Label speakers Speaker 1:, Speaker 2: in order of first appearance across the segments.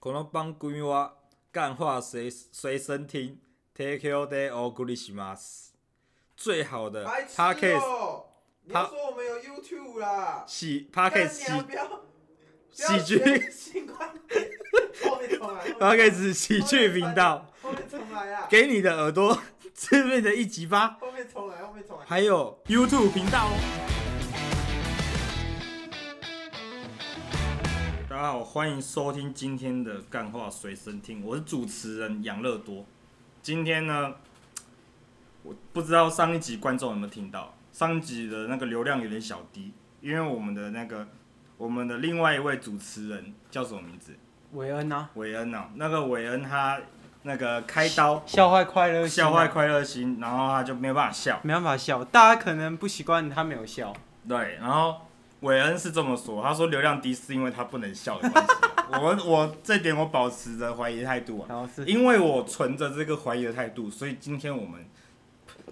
Speaker 1: この番組は干话随随身听，Take your day or good i s h m a s 最好的
Speaker 2: 白痴
Speaker 1: Podcast
Speaker 2: 哦！你
Speaker 1: 他
Speaker 2: 要说我们有 YouTube 啦？
Speaker 1: 喜 Podcast 喜
Speaker 2: 干你啊不要
Speaker 1: 喜剧
Speaker 2: 不要学新观点，后面重来。后面
Speaker 1: Podcast 喜剧频道，，
Speaker 2: 后面重来啊！
Speaker 1: 给你的耳朵 致命的一击吧，
Speaker 2: 后面重来，后面重来。
Speaker 1: 还有 YouTube 频道哦。大家好，欢迎收听今天的干话随身听，我是主持人杨乐多。今天呢，我不知道上一集观众有没有听到，上一集的那个流量有点小低，因为我们的那个我们的另外一位主持人叫什么名字？
Speaker 3: 韦恩啊，
Speaker 1: 韦恩哦，那个韦恩他那个开刀
Speaker 3: 笑坏快乐星啊、
Speaker 1: 笑坏快乐心，然后他就没有办法笑。
Speaker 3: 没办法笑，大家可能不习惯他没有笑，
Speaker 1: 对，然后韦恩是这么说，他说流量低是因为他不能笑的关系。啊我我这点我保持着怀疑的态度啊，
Speaker 3: 然后是
Speaker 1: 因为我存着这个怀疑的态度，所以今天我们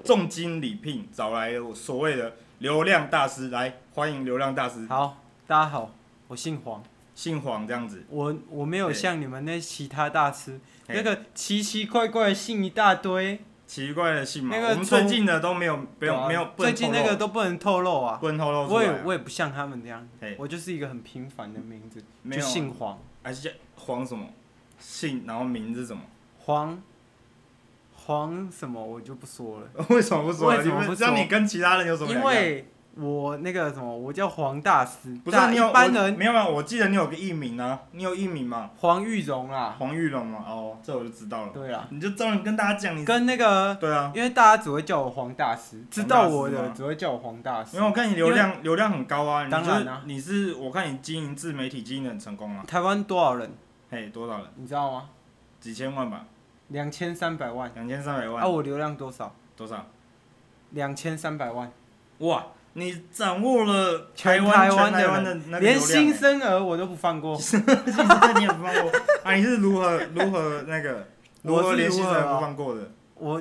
Speaker 1: 重金礼聘找来了所谓的流量大师来欢迎流量大师，
Speaker 3: 好，大家好，我姓黄，
Speaker 1: 姓黄这样子。
Speaker 3: 我我没有
Speaker 1: 对
Speaker 3: 像你们那其他大师
Speaker 1: 嘿
Speaker 3: 那个奇奇怪怪的姓一大堆，
Speaker 1: 奇怪的姓嘛，
Speaker 3: 那个
Speaker 1: 我们最近的都没有没有没有不能
Speaker 3: 最
Speaker 1: 透露，
Speaker 3: 近那个都不能透露啊，
Speaker 1: 不能透露出
Speaker 3: 我
Speaker 1: 来
Speaker 3: 也
Speaker 1: 啊，
Speaker 3: 我也不像他们这样
Speaker 1: 嘿，
Speaker 3: 我就是一个很平凡的名字，
Speaker 1: 没
Speaker 3: 就
Speaker 1: 有啊
Speaker 3: 姓黄，
Speaker 1: 还是叫黄什么姓，然后名字什么？
Speaker 3: 黄黄什么我就不说了，
Speaker 1: 为什么不说？啊
Speaker 3: 为什
Speaker 1: 你
Speaker 3: 么不
Speaker 1: 们
Speaker 3: 说
Speaker 1: 这样你跟其他人有什么
Speaker 3: 因
Speaker 1: 两样？
Speaker 3: 为我那个什么，我叫黄大师，
Speaker 1: 不是啊、
Speaker 3: 大
Speaker 1: 你有
Speaker 3: 一般
Speaker 1: 我
Speaker 3: 人
Speaker 1: 没有啊？我记得你有个艺名啊，你有艺名嘛？
Speaker 3: 黄玉荣啊，
Speaker 1: 黄玉龙嘛？哦，这我就知道了。
Speaker 3: 对啊。
Speaker 1: 你就照你跟大家讲，你
Speaker 3: 跟那个，
Speaker 1: 对啊，
Speaker 3: 因为大家只会叫我黄大师，知道我的只会叫我黄大师
Speaker 1: 因为。我看你流量流量很高啊，你就
Speaker 3: 当然啊
Speaker 1: 是你是我看你经营自媒体经营的很成功啊，
Speaker 3: 台湾多少人，
Speaker 1: 嘿，多少人？
Speaker 3: 你知道吗？
Speaker 1: 几千万吧，
Speaker 3: 两千三百万。
Speaker 1: 两千三百万，
Speaker 3: 啊，我流量多少？
Speaker 1: 多少？
Speaker 3: 两千三百万，
Speaker 1: 哇，你掌握了
Speaker 3: 全
Speaker 1: 台
Speaker 3: 台湾
Speaker 1: 全台
Speaker 3: 的
Speaker 1: 湾的
Speaker 3: 人
Speaker 1: 那个
Speaker 3: 连
Speaker 1: 流量
Speaker 3: 新
Speaker 1: 欸
Speaker 3: 生儿我都不放过。
Speaker 1: 新生你也不放过 啊？你是如何如何那个如
Speaker 3: 我
Speaker 1: 何
Speaker 3: 是
Speaker 1: 连新
Speaker 3: 如
Speaker 1: 生
Speaker 3: 何
Speaker 1: 也不
Speaker 3: 啊
Speaker 1: 放过的？
Speaker 3: 我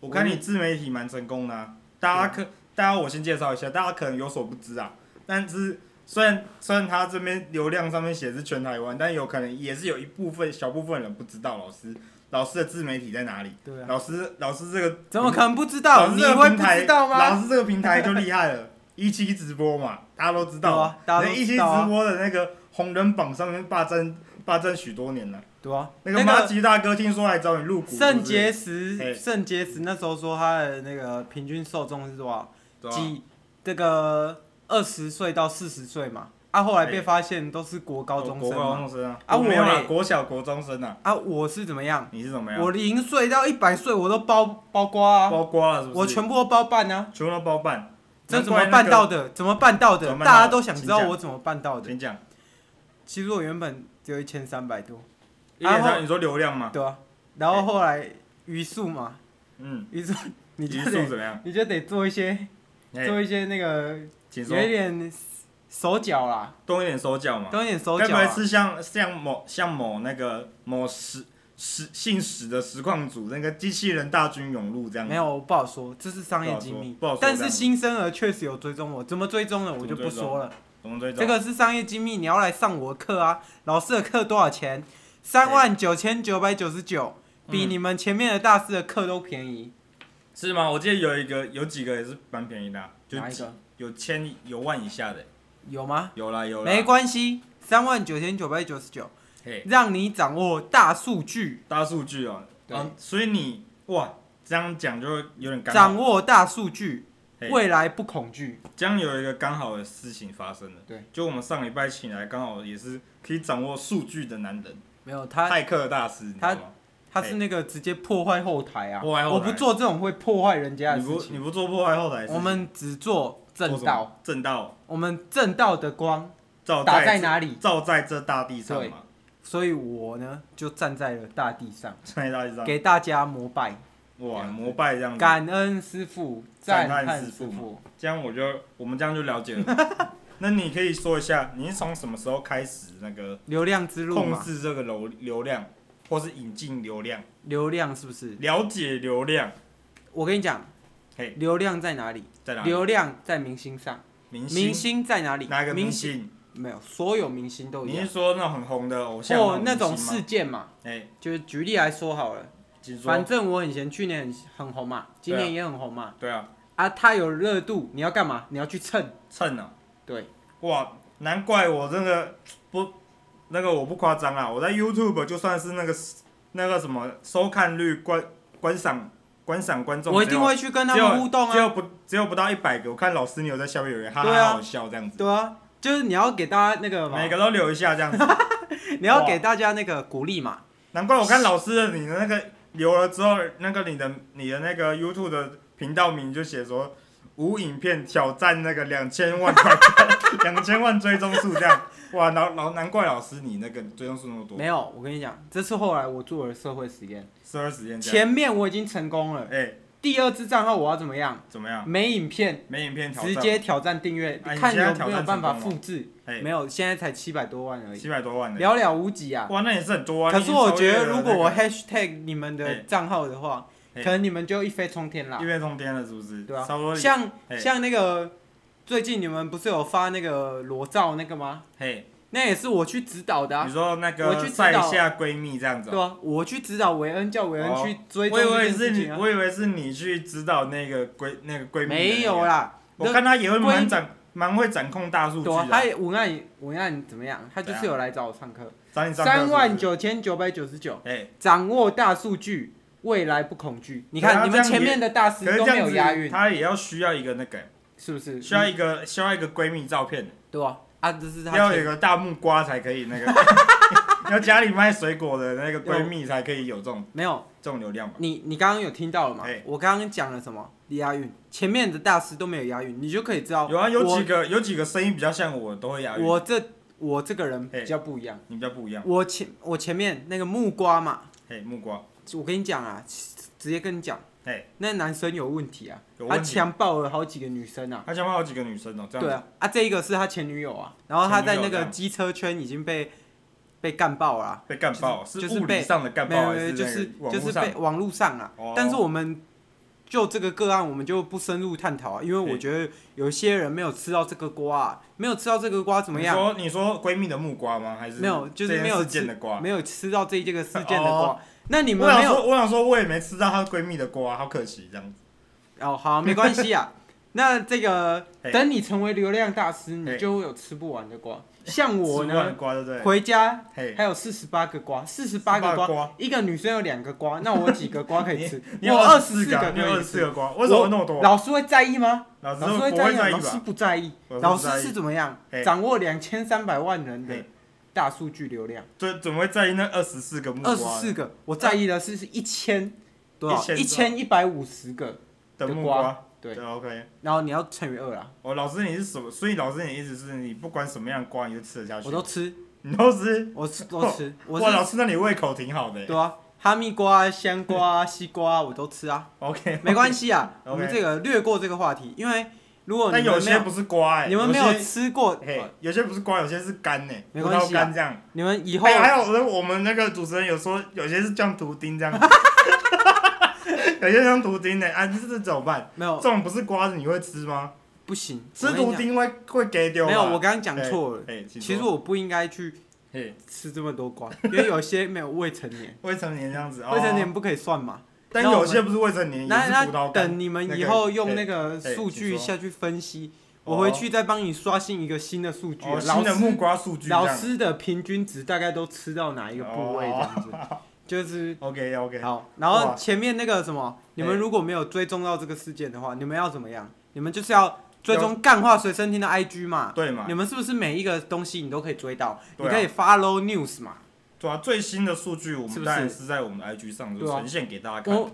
Speaker 1: 我看你自媒体蛮成功的、啊，大家可大家我先介绍一下，大家可能有所不知啊。但是虽然虽然他这边流量上面写是全台湾，但有可能也是有一部分小部分人不知道老师老师的自媒体在哪里。
Speaker 3: 对啊，
Speaker 1: 老师老师这个
Speaker 3: 怎么可能不知
Speaker 1: 老
Speaker 3: 道？
Speaker 1: 师
Speaker 3: 你
Speaker 1: 这个
Speaker 3: 会
Speaker 1: 平
Speaker 3: 不
Speaker 1: 台
Speaker 3: 知道
Speaker 1: 老
Speaker 3: 吗？
Speaker 1: 师这个平台就厉害了， 一期直播嘛，大家都知道
Speaker 3: 对啊大家都
Speaker 1: 一期
Speaker 3: 知
Speaker 1: 直
Speaker 3: 道啊
Speaker 1: 播的那个红人榜上面霸占霸占许多年了。
Speaker 3: 对啊，
Speaker 1: 那个马吉大哥听说来找你入股，
Speaker 3: 肾结
Speaker 1: 嘿
Speaker 3: 石，肾结石那时候说他的那个平均受众是多少？
Speaker 1: 对啊
Speaker 3: 几这个二十岁到四十岁嘛。啊，后来被
Speaker 1: 嘿
Speaker 3: 发现都是国高中
Speaker 1: 国
Speaker 3: 生
Speaker 1: 高
Speaker 3: 嘛。
Speaker 1: 中生啊，
Speaker 3: 啊
Speaker 1: 我没有啦，
Speaker 3: 我嘞
Speaker 1: 国小国中生啊，
Speaker 3: 啊，我是怎么样？
Speaker 1: 你是怎么样？
Speaker 3: 我零岁到一百岁我都包包刮啊，
Speaker 1: 包刮了是不是？
Speaker 3: 我全部都包办啊，
Speaker 1: 全部都包办，
Speaker 3: 这
Speaker 1: 难
Speaker 3: 怎么
Speaker 1: 怪那
Speaker 3: 办
Speaker 1: 个
Speaker 3: 到？的？怎么办到的
Speaker 1: 怎？么办到的
Speaker 3: 大家都想知道我怎么办到的。
Speaker 1: 请讲，
Speaker 3: 其实我原本只有一千三百多，
Speaker 1: 一点
Speaker 3: 然
Speaker 1: 三，
Speaker 3: 后
Speaker 1: 你说流量嘛，
Speaker 3: 对啊，然后后
Speaker 1: 哎
Speaker 3: 来余数嘛，
Speaker 1: 嗯，
Speaker 3: 余数 你
Speaker 1: 余
Speaker 3: 就
Speaker 1: 数
Speaker 3: 得
Speaker 1: 怎么样？
Speaker 3: 你就得做一些
Speaker 1: 哎，
Speaker 3: 做一些那个
Speaker 1: 请说
Speaker 3: 有，一点手脚啦，
Speaker 1: 动一点手脚嘛，
Speaker 3: 多一点手
Speaker 1: 该不
Speaker 3: 脚啊
Speaker 1: 会。是像像某像某那个某石石姓史的实况组那个机器人大军涌入这样？
Speaker 3: 没，有，我不好说，这是商业机密
Speaker 1: 不好说不好说。
Speaker 3: 但
Speaker 1: 这
Speaker 3: 是
Speaker 1: 样
Speaker 3: 新生儿确实有追踪我，怎么追踪的我就
Speaker 1: 怎么
Speaker 3: 不
Speaker 1: 追踪
Speaker 3: 说了。
Speaker 1: 我们追踪
Speaker 3: 这个是商业机密，你要来上我的课啊！老师的课多少钱？三万九千九百九十九，比
Speaker 1: 嗯
Speaker 3: 你们前面的大师的课都便宜。
Speaker 1: 是吗？我记得有一个有几个也是蛮便宜的啊，就
Speaker 3: 哪一个？
Speaker 1: 有千有万以下的，
Speaker 3: 有吗？
Speaker 1: 有啦有啦，
Speaker 3: 没关系，三万九千九百九十九，
Speaker 1: 嘿。
Speaker 3: 让你掌握大数据，
Speaker 1: 大数据哦，
Speaker 3: 对
Speaker 1: 啊，所以你哇，这样讲就有点刚好，
Speaker 3: 掌握大数据，
Speaker 1: 嘿
Speaker 3: 未来不恐惧。
Speaker 1: 这样有一个刚好的事情发生了。
Speaker 3: 对，
Speaker 1: 就我们上礼拜请来刚好也是可以掌握数据的男人，
Speaker 3: 没有他，
Speaker 1: 骇客大师，你知道吗？
Speaker 3: 他是那个直接破坏后台啊！
Speaker 1: 破坏后台
Speaker 3: 我不做这种会破坏人家的
Speaker 1: 你
Speaker 3: 事
Speaker 1: 不你
Speaker 3: 情，
Speaker 1: 不做破坏后台的事情，
Speaker 3: 我们只做
Speaker 1: 做什
Speaker 3: 正
Speaker 1: 么
Speaker 3: 道，，
Speaker 1: 正道
Speaker 3: 我们正道的光
Speaker 1: 照
Speaker 3: 打
Speaker 1: 在
Speaker 3: 在哪里？
Speaker 1: 照在这大地上嘛，
Speaker 3: 所以我呢就站在了大地上，
Speaker 1: 在大地上，
Speaker 3: 给大家膜拜，
Speaker 1: 哇，膜拜这样子，
Speaker 3: 感恩师傅，
Speaker 1: 赞叹
Speaker 3: 赞叹
Speaker 1: 师
Speaker 3: 师
Speaker 1: 父
Speaker 3: 傅。
Speaker 1: 这样我就我们这样就了解了嘛。 那你可以说一下，你是从什么时候开始那个
Speaker 3: 流量之路
Speaker 1: 控
Speaker 3: 嘛，
Speaker 1: 制这个流流量，或是引进流量？
Speaker 3: 流量是不是？
Speaker 1: 了解流量，
Speaker 3: 我跟你讲
Speaker 1: 嘿，
Speaker 3: 流量在哪里？
Speaker 1: 在哪里？
Speaker 3: 流量在明星上，
Speaker 1: 明星
Speaker 3: 明星在哪里？
Speaker 1: 哪一个明
Speaker 3: 明
Speaker 1: 星？
Speaker 3: 没有，所有明星都一
Speaker 1: 你是
Speaker 3: 样，
Speaker 1: 说那种很红的偶像
Speaker 3: 哦或那
Speaker 1: 明
Speaker 3: 种
Speaker 1: 星吗
Speaker 3: 事件嘛，
Speaker 1: 哎，
Speaker 3: 就是举例来说好了，
Speaker 1: 请说
Speaker 3: 反正我以前去年很很红嘛，今年也很红嘛，
Speaker 1: 对啊，
Speaker 3: 啊，他有热度，你要干嘛？你要去蹭，
Speaker 1: 蹭啊，
Speaker 3: 对，
Speaker 1: 哇，难怪我真的不那个我不夸张啊，我在 YouTube 就算是那个那个什么收看率观观赏观赏观众，
Speaker 3: 我一定会去跟他
Speaker 1: 只有
Speaker 3: 们互动
Speaker 1: 只有
Speaker 3: 啊，
Speaker 1: 不只有不到一百个，我看老师你有在下面有人哈哈
Speaker 3: 对啊
Speaker 1: 好笑这样子，
Speaker 3: 对啊，就是你要给大家那个嘛
Speaker 1: 每，个都留一下这样子，
Speaker 3: 你要给大家那个鼓励嘛，
Speaker 1: 难怪我看老师的你的那个留了之后，那个你的你的那个 YouTube 的频道名就写说无影片挑战那个两千万两千万追踪数这样， 哇，老老难怪老师你那个追踪数那么多
Speaker 3: 没，有，我跟你讲，这是后来我做了社会实验，
Speaker 1: 十二时间这样，
Speaker 3: 前面我已经成功了，
Speaker 1: 哎、
Speaker 3: 第二支账号我要怎么样？
Speaker 1: 怎么样？
Speaker 3: 没影片，
Speaker 1: 没影啊片挑战，
Speaker 3: 直接挑战订阅，
Speaker 1: 哎你
Speaker 3: 看
Speaker 1: 现在
Speaker 3: 有
Speaker 1: 挑
Speaker 3: 没有
Speaker 1: 战
Speaker 3: 办
Speaker 1: 成
Speaker 3: 法
Speaker 1: 功
Speaker 3: 复
Speaker 1: 了
Speaker 3: 制。
Speaker 1: 哎
Speaker 3: 没有，现在才七百多万而已，
Speaker 1: 七百多万的，
Speaker 3: 寥寥无几啊。
Speaker 1: 哇，那也是很多啊。
Speaker 3: 可是我觉
Speaker 1: 已
Speaker 3: 得，
Speaker 1: 经超越了
Speaker 3: 如果我
Speaker 1: 那个
Speaker 3: hashtag 你们的
Speaker 1: 哎
Speaker 3: 账号的话，
Speaker 1: 哎
Speaker 3: 可能你们就一飞冲天啦
Speaker 1: 一，飞冲天了，是不是？
Speaker 3: 对吧啊
Speaker 1: 差不？多
Speaker 3: 像
Speaker 1: 哎
Speaker 3: 像那个最近你们不是有发那个裸照那个吗？
Speaker 1: 嘿，
Speaker 3: 那也是我去指导的
Speaker 1: 你
Speaker 3: 啊，
Speaker 1: 说那
Speaker 3: 我
Speaker 1: 个
Speaker 3: 去指
Speaker 1: 晒一
Speaker 3: 导
Speaker 1: 下闺蜜这样子哦、
Speaker 3: 对啊，我去指导韦恩，叫韦恩
Speaker 1: 哦
Speaker 3: 去追踪
Speaker 1: 我以
Speaker 3: 这
Speaker 1: 为
Speaker 3: 件
Speaker 1: 是
Speaker 3: 事
Speaker 1: 你，
Speaker 3: 情啊。
Speaker 1: 我以为是你去指导那个闺那个闺蜜、
Speaker 3: 没有，啦，
Speaker 1: 我看他也会
Speaker 3: 闺蜜
Speaker 1: 蛮掌蛮会掌控大啊数据
Speaker 3: 对啊，
Speaker 1: 的、
Speaker 3: 他也文案文案怎么样？他就是
Speaker 1: 怎样
Speaker 3: 有来找我上课，
Speaker 1: 找你上课是不
Speaker 3: 三
Speaker 1: 是
Speaker 3: 万，九千九百九十九。
Speaker 1: 哎、
Speaker 3: 掌握大数据，未来不恐惧。你
Speaker 1: 对啊
Speaker 3: 看，你
Speaker 1: 这
Speaker 3: 们
Speaker 1: 样
Speaker 3: 前面的大师
Speaker 1: 可是
Speaker 3: 都
Speaker 1: 这
Speaker 3: 没有押
Speaker 1: 样子
Speaker 3: 韵，嗯
Speaker 1: 他也要需要一个那个，
Speaker 3: 是不是？
Speaker 1: 需要一个需要一个闺蜜照片，
Speaker 3: 对吧？啊，这是他
Speaker 1: 要有一
Speaker 3: 前
Speaker 1: 个大木瓜才可以 那个， 要家里卖水果的那个闺蜜才可以有这种
Speaker 3: 没有
Speaker 1: 这种流量吧？
Speaker 3: 你，你刚刚有听到了吗
Speaker 1: 哎？
Speaker 3: 我刚刚讲了什么？押韵，前面的大师都没有押韵，你就可以知道。
Speaker 1: 有啊，有
Speaker 3: 我
Speaker 1: 几个有几个声音比较像我，都会押韵。
Speaker 3: 我这我这个人
Speaker 1: 哎
Speaker 3: 比较不一样。
Speaker 1: 你比较不一样，
Speaker 3: 我前我前面那个木瓜嘛，
Speaker 1: 嘿，木瓜，
Speaker 3: 我跟你讲啊，直接跟你讲，
Speaker 1: 嘿，
Speaker 3: 那男生有问题啊，
Speaker 1: 哎有
Speaker 3: 他
Speaker 1: 问题。
Speaker 3: 强暴了好几个女生啊。
Speaker 1: 他想骂好几个女生哦、这样子
Speaker 3: 对啊，啊，这一个是他前女友啊，然后他在
Speaker 1: 前
Speaker 3: 那
Speaker 1: 女友这
Speaker 3: 个
Speaker 1: 样
Speaker 3: 机车圈已经被被干爆了啊、
Speaker 1: 被干爆，
Speaker 3: 就是是
Speaker 1: 物
Speaker 3: 被
Speaker 1: 理上的干
Speaker 3: 没
Speaker 1: 爆
Speaker 3: 有
Speaker 1: 还
Speaker 3: 没有，
Speaker 1: 是
Speaker 3: 就
Speaker 1: 那
Speaker 3: 是
Speaker 1: 个网
Speaker 3: 就是
Speaker 1: 络上
Speaker 3: 被？网络上啊。
Speaker 1: 哦
Speaker 3: 但是我们就这个个案，我们就不深入探讨啊，因为我
Speaker 1: 对
Speaker 3: 觉得有些人没有吃到这个瓜、啊，没有吃到这个瓜怎么样？
Speaker 1: 你说你说闺蜜的木瓜吗？还是
Speaker 3: 没有就是
Speaker 1: 这件
Speaker 3: 没有
Speaker 1: 事件
Speaker 3: 吃
Speaker 1: 的瓜？
Speaker 3: 没有吃到这这个事件的瓜，
Speaker 1: 哦
Speaker 3: 那你们
Speaker 1: 我
Speaker 3: 没
Speaker 1: 想
Speaker 3: 有
Speaker 1: 说，我想说，我也没吃到她闺蜜的瓜，好可惜这样子。
Speaker 3: 哦，好，没关 系啊。那这个
Speaker 1: 嘿
Speaker 3: 等你成为流量大师，你
Speaker 1: 嘿
Speaker 3: 就会有吃不完的瓜。像我
Speaker 1: 哎吃不完的哎
Speaker 3: 呢，
Speaker 1: 瓜对不对？
Speaker 3: 回家
Speaker 1: 嘿，
Speaker 3: 还有四十八个瓜，四十八个
Speaker 1: 48
Speaker 3: 瓜，
Speaker 1: 瓜，？
Speaker 3: 一个女生有两个瓜，那我几个瓜可以吃
Speaker 1: 你
Speaker 3: 我
Speaker 1: 有
Speaker 3: 二
Speaker 1: 四
Speaker 3: 四
Speaker 1: 个，你有
Speaker 3: 可
Speaker 1: 二
Speaker 3: 以
Speaker 1: 十四
Speaker 3: 吃。
Speaker 1: 个瓜，为什么那么多？
Speaker 3: 老师会在意吗？
Speaker 1: 老
Speaker 3: 老师
Speaker 1: 会
Speaker 3: 会
Speaker 1: 不
Speaker 3: 在
Speaker 1: 会
Speaker 3: 意
Speaker 1: 在
Speaker 3: 吗，
Speaker 1: 意
Speaker 3: 老师
Speaker 1: 吧？
Speaker 3: 不在意。
Speaker 1: 老师
Speaker 3: 老
Speaker 1: 不
Speaker 3: 师
Speaker 1: 在
Speaker 3: 是
Speaker 1: 意，哎
Speaker 3: 怎么样
Speaker 1: 嘿
Speaker 3: 掌握两千三百万人的
Speaker 1: 嘿
Speaker 3: 大数据流量？
Speaker 1: 怎怎么会在意那二十四个木瓜
Speaker 3: 二十四个，我在意的是是一千多少？
Speaker 1: 1000
Speaker 3: 一
Speaker 1: 多
Speaker 3: 千一百五十个。
Speaker 1: 的木
Speaker 3: 瓜
Speaker 1: 瓜？
Speaker 3: 对，
Speaker 1: ，OK。
Speaker 3: 然后你要乘以二啊啦，
Speaker 1: 哦，老师你是什么？所以老师你的意思是你不管什么样的瓜你都吃得下去？
Speaker 3: 我都吃，
Speaker 1: 你都吃？
Speaker 3: 我吃都吃，我
Speaker 1: 啊哇，老
Speaker 3: 是
Speaker 1: 师那你胃口挺好的欸。
Speaker 3: 对啊，哈密瓜、香瓜、西瓜我都吃 啊，
Speaker 1: OK，
Speaker 3: 没关系啊，
Speaker 1: OK
Speaker 3: 我们这个略过这个话题，因为如果
Speaker 1: 但
Speaker 3: 哦你
Speaker 1: 有
Speaker 3: 们没
Speaker 1: 些
Speaker 3: 有
Speaker 1: 不是瓜哎，
Speaker 3: 你们没
Speaker 1: 有
Speaker 3: 有
Speaker 1: 些
Speaker 3: 吃过，
Speaker 1: 嘿，有些不是瓜，有些是干呢、欸，
Speaker 3: 没
Speaker 1: 葡
Speaker 3: 关系啊
Speaker 1: 萄干这样。
Speaker 3: 你们以后
Speaker 1: 哎还有还有，我们那个主持人有说，有些是像图钉这样， 有些像图钉呢、啊，这这怎么办？
Speaker 3: 没有
Speaker 1: 这种不是瓜子你会吃吗？
Speaker 3: 不行，
Speaker 1: 吃
Speaker 3: 我跟你
Speaker 1: 图钉会会给丢
Speaker 3: 讲
Speaker 1: 吧
Speaker 3: 没有，我刚刚讲错了。
Speaker 1: 啊哎、嘿请
Speaker 3: 其实
Speaker 1: 说
Speaker 3: 我不应该去
Speaker 1: 嘿
Speaker 3: 吃这么多 瓜，因为有些没有未成年，
Speaker 1: 未成年这样子，哦、
Speaker 3: 未成年，不可以算嘛。
Speaker 1: 但
Speaker 3: 那我
Speaker 1: 有
Speaker 3: 们
Speaker 1: 些不是未成年，也
Speaker 3: 那
Speaker 1: 是葡
Speaker 3: 那
Speaker 1: 萄干。哦
Speaker 3: 等你
Speaker 1: 那
Speaker 3: 们
Speaker 1: 个
Speaker 3: 以后用那
Speaker 1: 哎
Speaker 3: 个
Speaker 1: 哎
Speaker 3: 数据
Speaker 1: 请说
Speaker 3: 下去分析，
Speaker 1: 哦
Speaker 3: 我回去再帮你刷新一个新的数据。啊
Speaker 1: 哦，
Speaker 3: 老
Speaker 1: 新的木
Speaker 3: 师
Speaker 1: 瓜数据这
Speaker 3: 老
Speaker 1: 样。
Speaker 3: 师的平均值大概都吃到哪一个部位这样子，就是。
Speaker 1: OK 哦 OK，
Speaker 3: 好，然后
Speaker 1: 哇
Speaker 3: 前面那个什么，你们
Speaker 1: 哎
Speaker 3: 如果没有追踪到这个事件的话，你们要怎么样？你们就是要追踪干话随身听的 IG 嘛。
Speaker 1: 对嘛
Speaker 3: 你？们是不是每一个东西你都可以追到？
Speaker 1: 对
Speaker 3: 你
Speaker 1: 啊
Speaker 3: 可以 follow news 嘛？
Speaker 1: 对啊，最新的数据我们
Speaker 3: 是不
Speaker 1: 当然
Speaker 3: 是
Speaker 1: 是在我们的 IG 上就
Speaker 3: 对啊
Speaker 1: 呈现给大家看。
Speaker 3: 我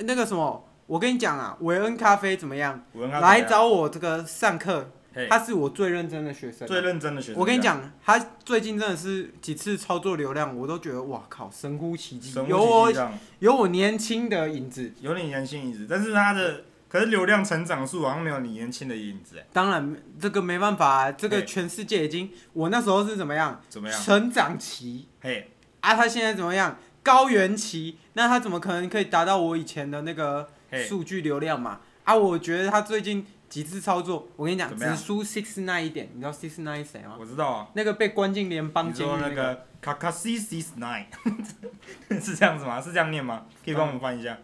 Speaker 3: 那个什么，我跟你讲啊，韦恩咖啡怎么样？
Speaker 1: 我跟他
Speaker 3: 来
Speaker 1: 怎么样
Speaker 3: 找我这个上课，
Speaker 1: 嘿
Speaker 3: 他是我最认真的学生。
Speaker 1: 最认真的学生。
Speaker 3: 我跟你，讲，他最近真的是几次操作流量，我都觉得哇靠，神乎其技，
Speaker 1: 神
Speaker 3: 有哦
Speaker 1: 乎
Speaker 3: 我
Speaker 1: 其技这样
Speaker 3: 有我年轻的影子。
Speaker 1: 有你年轻影子，但是他的可是流量成长数好像没有你年轻的影子，哎
Speaker 3: 当然，这个没办法、啊，这个
Speaker 1: 嘿
Speaker 3: 全世界已经，我那时候是怎么样？
Speaker 1: 怎么样？
Speaker 3: 成长期
Speaker 1: 嘿，
Speaker 3: 啊，他现在怎么样？高原期，那他怎么可能可以达到我以前的那个
Speaker 1: 嘿
Speaker 3: 数据流量嘛？啊，我觉得他最近极致操作，我跟你讲，
Speaker 1: 怎么样
Speaker 3: 只输 Six Nine 一点，你知道 Six Nine 谁吗？
Speaker 1: 我知道啊。
Speaker 3: 那个被关进联邦
Speaker 1: 你
Speaker 3: 监
Speaker 1: 说
Speaker 3: 狱
Speaker 1: 那
Speaker 3: 个，
Speaker 1: 个 k a k a s i s Nine 是这样子吗？是这样念吗？可以帮我们翻一下。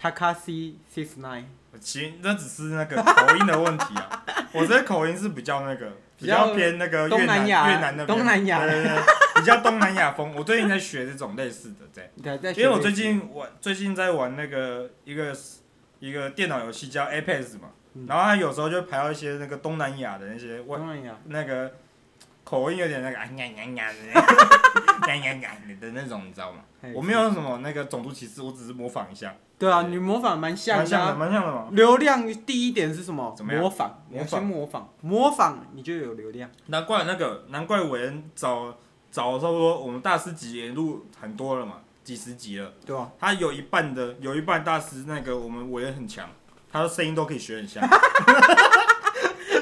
Speaker 3: Takashi Six Nine，
Speaker 1: 其实那只是那个口音的问题 啊，我这口音是比较那个，比
Speaker 3: 比较
Speaker 1: 较偏那个越南
Speaker 3: 东南亚
Speaker 1: 越南那边，
Speaker 3: 东南亚
Speaker 1: 对对对，比较东南亚风。我最近在学这种类似的，对。
Speaker 3: 对，在
Speaker 1: 因为我最近玩，最近在玩那个一个一个电脑游戏叫 Apex 嘛，
Speaker 3: 嗯
Speaker 1: 然后它有时候就排到一些那个东南亚的那些外
Speaker 3: 东南亚，
Speaker 1: 那个口音有点那个啊呀呀呀的 呀呀呀的那种，你知道吗？
Speaker 3: 嘿
Speaker 1: 我没有什么那个种族歧视，我只是模仿一下，
Speaker 3: 对啊，你模仿蛮像
Speaker 1: 蛮
Speaker 3: 的
Speaker 1: 像的，
Speaker 3: 啊。
Speaker 1: 蛮像的嘛。
Speaker 3: 流量第一点是什么？
Speaker 1: 怎么样
Speaker 3: 模仿，你要
Speaker 1: 模仿
Speaker 3: 先模仿，模仿你就有流量。
Speaker 1: 难怪那个，难怪韦恩早早差不多，我们大师级也录很多了嘛，几十集了。
Speaker 3: 对啊吧？
Speaker 1: 他有一半的，有一半大师那个我们韦恩很强，他的声音都可以学很 像，